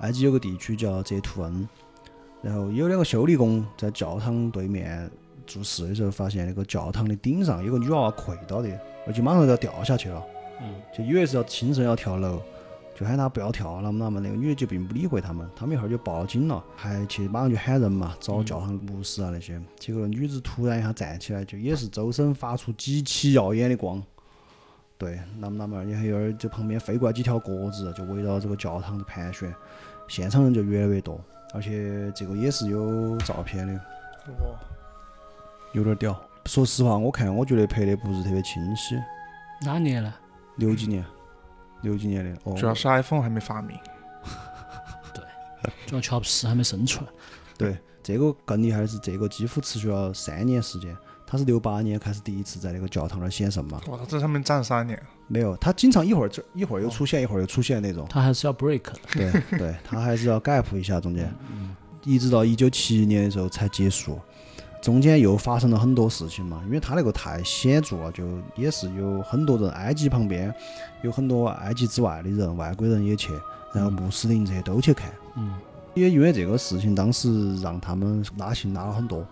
A: 埃及有个地区叫泽图恩，然后有两个修理工在教堂对面做事的时候，发现那个教堂的顶上有个女娃娃跪到的，而且马上就要掉下去了，
B: 嗯，
A: 就以为是要轻生要跳楼。就喊她不要跳，那么那么那个女的就并不理会他们，他们一会儿就报警了，还去马上就喊人嘛，找教堂牧师啊那些。结果那女子突然一下站起来，就也是周身发出极其耀眼的光，对，那么那么，然后有儿就旁边飞过来几条鸽子，就围绕这个教堂的盘旋，现场人就越来越多，而且这个也是有照片的，
C: 哇，
A: 有点屌。说实话，我看我觉得拍的不是特别清晰，
B: 哪年呢？
A: 六几年，六几年的哦，
C: 主要是 iPhone 还没发明。
B: 主要乔布斯还没生出来。
A: 对，这个更厉害的是，这个几乎持续了三年时间。他是六八年开始第一次在那个教堂那儿显圣嘛？
C: 哇，他这上面站三年，
A: 没有，他经常一会儿这一会儿又出现，一会儿又出现那种。
B: 他还是要 break 的。
A: 对对，他还是要 gap 一下中间，一直到一九七一年的时候才结束。中间又发生了很多事情嘛，因为他那个太显著啊了，就也是有很多人埃及旁边有很多埃及之外的人，外国人也去，然后穆斯林这些都去看，
B: 嗯，
A: 也因为这个事情，当时让他们拉信拉了很多，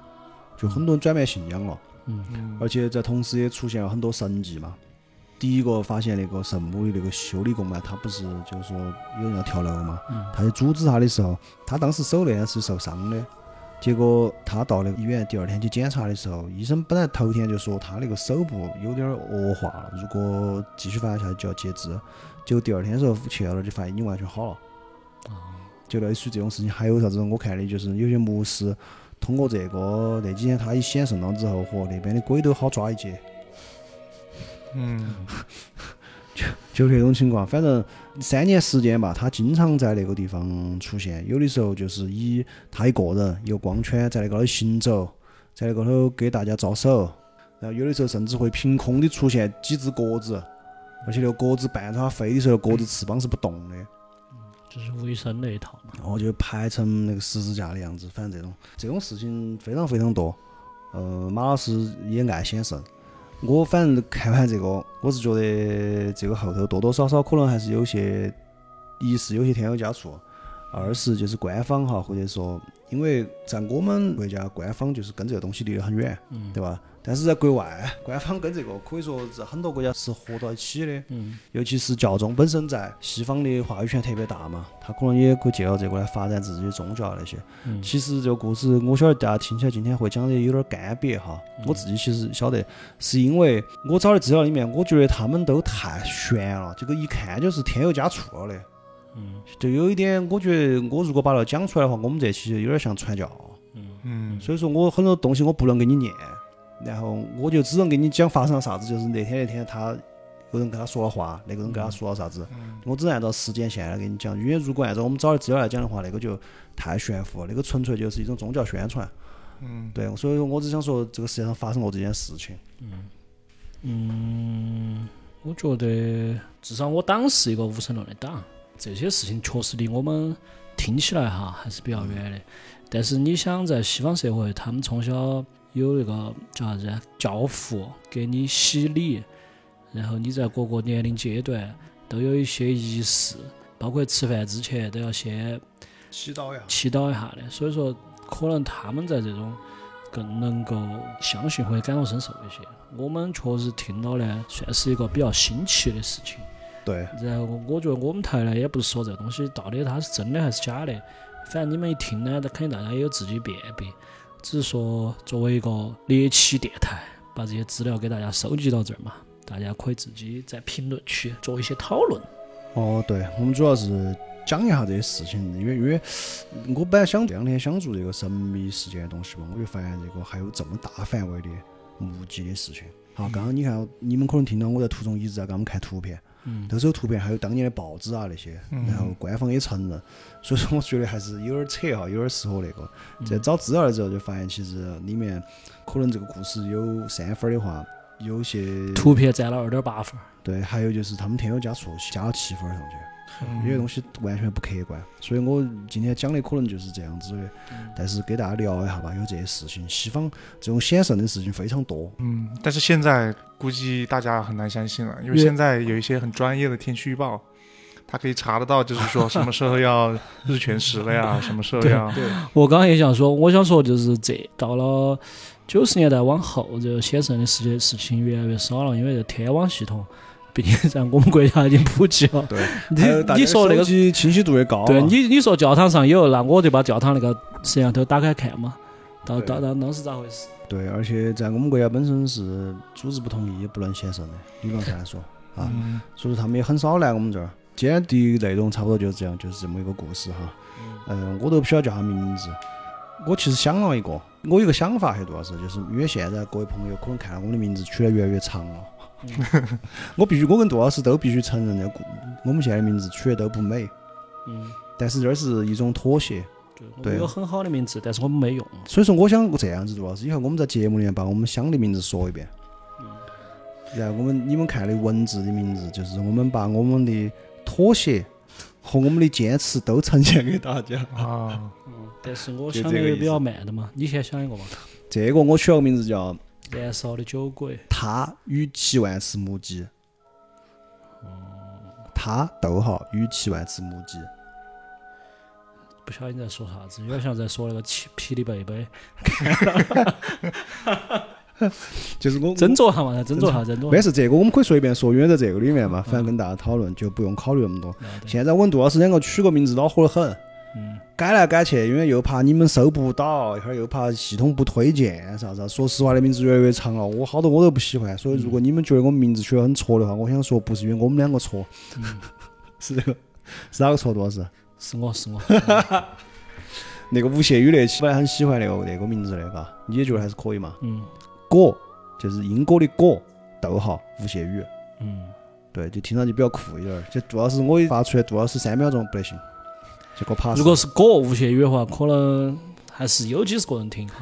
A: 就很多人转变信仰了，
C: 嗯，
A: 而且在同时也出现了很多神迹嘛。第一个发现那个圣母的那个修理工嘛，他不是就是说有人要跳楼嘛，
B: 嗯
A: 他去阻止他的时候，他当时手呢是受伤的，结果他到那个医院，第二天去检查的时候，医生本来头天就说他那个手部有点儿恶化了，如果继续发展下去就要截肢。结果第二天的时候去了那儿就发现已经完全好了。就类似于这种事情，还有啥子？我看的就是有些牧师通过这个那几天他一显圣了之后，嚯，那边的鬼都好抓一截。
C: 嗯，
A: 就那种情况，反正三年时间吧，他经常在那个地方出现，有的时候就是以他一个人有光圈在那高头行走，在那高头给大家招手，然后有的时候甚至会凭空的出现几只鸽子，而且那个鸽子伴着它飞的时候，鸽子翅膀是不动的，
B: 就是吴医生那一套嘛。
A: 然后就排成那个十字架的样子，反正这种这种事情非常非常多。呃，马老师也爱显圣，我反正看完这个，我是觉得这个后头多多少少可能还是有些，一是有些添油加醋，二是就是官方哈，或者说因为在我们国家官方就是跟这个东西离得很远，
B: 嗯
A: 对吧？但是在国外，官方跟这个可以说在很多国家是合到一起的，
B: 嗯，
A: 尤其是教宗本身在西方的话语权特别大嘛，他可能也可以借由这个来发展自己的宗教那些。
B: 嗯
A: 其实这个故事，我晓得大家听起来今天会讲的有点干瘪哈，我自己其实晓得，是因为我找的资料里面，我觉得他们都太悬了，这个一看就是添油加醋了的。
B: 嗯，
A: 就有一点，我觉得我如果把它讲出来的话，我们这期就有点像传教。
C: 嗯，
A: 所以说我很多东西我不能给你念，然后我就只能给你讲发生了啥子，就是那天那天他有人跟他说了话，那个人跟他说了啥子，我只能按照时间线来给你讲，因为如果按照我们找的资料来讲的话，那个就太玄乎了，那个纯粹就是一种宗教宣传。
C: 嗯，
A: 对，所以说我只想说这个世界上发生过这件事情。
B: 我觉得至少我党是一个无神论的党，这些事情确实离我们听起来哈还是比较远的。但是你想，在西方社会，他们从小有那个叫啥子啊教父给你洗礼，然后你在各个年龄阶段都有一些仪式，包括吃饭之前都要先
A: 祈祷呀，
B: 祈祷一下的。所以说，可能他们在这种更能够相信或者感同身受一些。我们确实听到呢，算是一个比较新奇的事情。
A: 对，
B: 然后我觉得我们台呢，也不是说这个东西到底它是真的还是假的，反正你们一听呢，那肯定大家也有自己辨别。只是说作为一个猎奇电台，把这些资料给大家收集到这儿嘛，大家可以自己在评论区做一些讨论。
A: 哦，对，我们主要是讲一下这些事情，因为因为我本来想这两天想做这个神秘事件的东西嘛，我就发现这个还有这么大范围的目击的事情。好，刚刚你看，你们可能听到我在途中一直在给他们看图片，
B: 嗯，
A: 都是有图片，还有当年的报纸啊那些，
C: 嗯
A: 然后官方也承认，所以说我觉得还是有点扯哈，有点适合那个。在 找资料的时候就发现，其实里面可能这个故事有三分儿的话，有些
B: 图片占了二点八分儿。
A: 对，还有就是他们添油加醋，加了七分儿上去。
C: 嗯
A: 有些东西完全不客观，所以我今天讲的可能就是这样子的。
B: 嗯
A: 但是给大家聊一下吧，有这些事情，西方这种显圣的事情非常多。
C: 嗯，但是现在估计大家很难相信了，因为
B: 越
C: 现在有一些很专业的天气预报，它可以查得到，就是说什么时候要日全食了呀，什么时候要
A: 对，
B: 我刚刚也想说，我想说就是这到了九十年代往后，这个显圣的事情事情越来越少了，因为这天网系统毕竟在我们国家已经普及了。
A: 对，
B: 你
A: 还有大家
B: 你说那
A: 手
B: 个，
A: 机清晰度越高啊，
B: 对你你说教堂上有，那我就把教堂那个摄像头打开看嘛。当
A: 对
B: 当当当时咋回事？
A: 对，而且在我们国家本身是组织不同意也不能显圣的，理论上来说啊，
C: 嗯
A: 所以说他们也很少来我们这儿。今天的内容差不多就是这样，就是这么一个故事哈。嗯，我都不晓得叫啥名字。我其实想了一个，我有个想法，还多少是，就是因为现在各位朋友可能看到我们的名字取得越来越长了。 我必须，我跟杜老师都必须承认的，我们现在的名字取得都不美，
B: 嗯，
A: 但是这是一种妥协。
B: 我
A: 对
B: 们有很好的名字，但是我们没用。
A: 所以说，我想这样子，杜老师，以后我们在节目里面把我们乡的名字说一遍，然后我们你们看的文字的名字，就是我们把我们的妥协和我们的坚持都呈现给大家。
C: 啊，
B: 嗯，但是我
A: 就
B: 想
A: 这
B: 的
A: 个意
B: 也
A: 思
B: 比较慢的嘛。你先想一个嘛。
A: 这个我取了个名字叫
B: 燃烧的酒鬼，
A: 他与七万只母鸡。他逗号与七万只母鸡，
B: 不晓得你在说啥子，有点像在说那个七霹雳贝贝。
A: 就是我
B: 斟酌下嘛，斟酌下，斟酌
A: 嗯没
B: 下。
A: 事，这个我们可以随便说，因为在这个里面嘛，反正跟大家讨论就不用考虑那么多。
B: 啊对
A: 现在我跟杜老师两个取个名字恼火得很，
B: 嗯，
A: 改来改去，因为又怕你们收不到，一会儿又怕系统不推荐啥啥。说实话，的名字越来越长了，我好多我都不喜欢。所以，如果你们觉得我们名字取得很挫的话，我想说，不是因为我们两个挫，是这个是哪个挫？多是
B: 嗯是我是我，
A: 那个吴谢宇那期，本来很喜欢那个那个名字的，嘎，你也觉得还是可以嘛？
B: 嗯
A: 果就是因果的果，逗号吴谢宇，
B: 嗯，
A: 对，就听上去比较酷一点儿。就杜老师，我一发出来，杜老师三秒钟不得行，结果 pass 了。
B: 嗯如果是果吴谢宇的话，可能还是有几十个人听哈，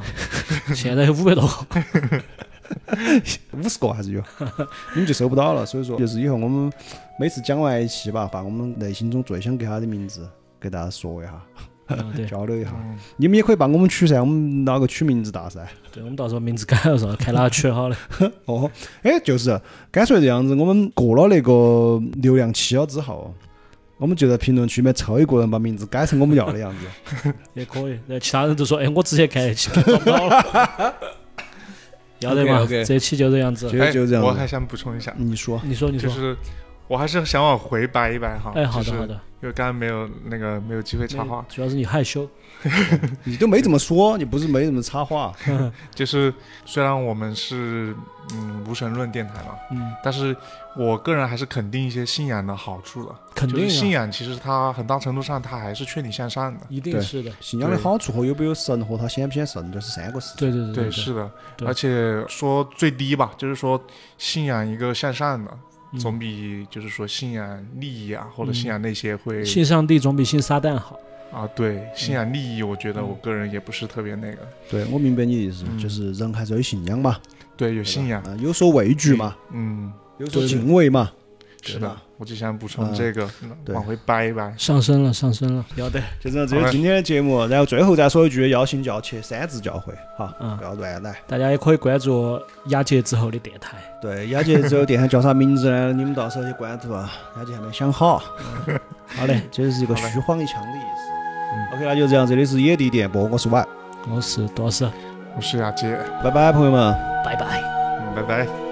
B: 现在有五百多个，
A: 五十个还是有，你们就收不到了。所以说，就是以后我们每次讲完一期吧，把我们内心中最想给他的名字给大家说一下，
B: 嗯对
A: 交流一下。
C: 嗯
A: 你们也可以帮我们取噻，我们拿个取名字大赛。
B: 对，我们到时候名字改了噻，看哪个取得好的。
A: 哦，哎，就是干脆这样子，我们过了那个流量期了之后，我们就在评论区里面抽一个人把名字改成我们要的样子。
B: 也可以。然后其他人都说：“哎，我之前看一期看找不到了。” 要得嘛
C: OK，OK
B: 这期就这样子。
A: 就就这样
C: 哎我
A: 子
C: 还想补充一下，
A: 你 说，
B: 你说，你
C: 就
B: 说。
C: 是我还是想往回掰一掰哈。
B: 哎，好
C: 就
B: 的，
C: 是
B: 好的。
C: 因为刚刚没有那个没有机会插话，
B: 主要是你害羞。
A: 你都没怎么说，你不是没怎么插话，
C: 就是虽然我们是嗯无神论电台嘛，
B: 嗯，
C: 但是我个人还是肯定一些信仰的好处的。
B: 肯
C: 就是信
B: 定啊，
C: 仰其实它很大程度上它还是劝你向善的。
B: 一定
A: 对
B: 是的。
A: 信仰的好处和有没有神和他显不显神，这是三个事情。
B: 对对对
C: 对，
B: 对，
C: 是的，
B: 对
C: 而且说最低吧，就是说信仰一个向善的，
B: 嗯
C: 总比就是说信仰利益啊，或者
B: 嗯
C: 信仰那些会
B: 信上帝总比信撒旦好。
C: 啊，对，信仰利益，我觉得
B: 嗯
C: 我个人也不是特别那个，
A: 对，我明白你的意思，
C: 嗯
A: 就是人还是要有信仰嘛，
C: 对，有
A: 有
C: 信仰，
A: 啊有所畏惧嘛，
C: 嗯，
A: 有所
B: 对
A: 敬畏嘛。
C: 是
A: 对
C: 的
A: 吧，
C: 我就想补充
A: 嗯
C: 这个，
A: 对
C: 往回掰一掰，
B: 上升了，上升了，要得。
A: 就这样，这就是今天的节目。然后最后再说一句，邀请就要去三自教会，哈，
B: 嗯
A: 不要乱来。
B: 大家也可以关注雅洁之后的电台。
A: 对，雅洁这个电台叫啥名字呢？你们到时候去关注 啊。雅洁还没想好。嗯好嘞，这就是一个虚晃一枪的意思。OK，那就这样，这里是野地电波，我是 Y，
B: 我是多士，
C: 我是雅杰，
A: 拜拜，朋友们。
B: 拜拜。
C: 嗯拜拜。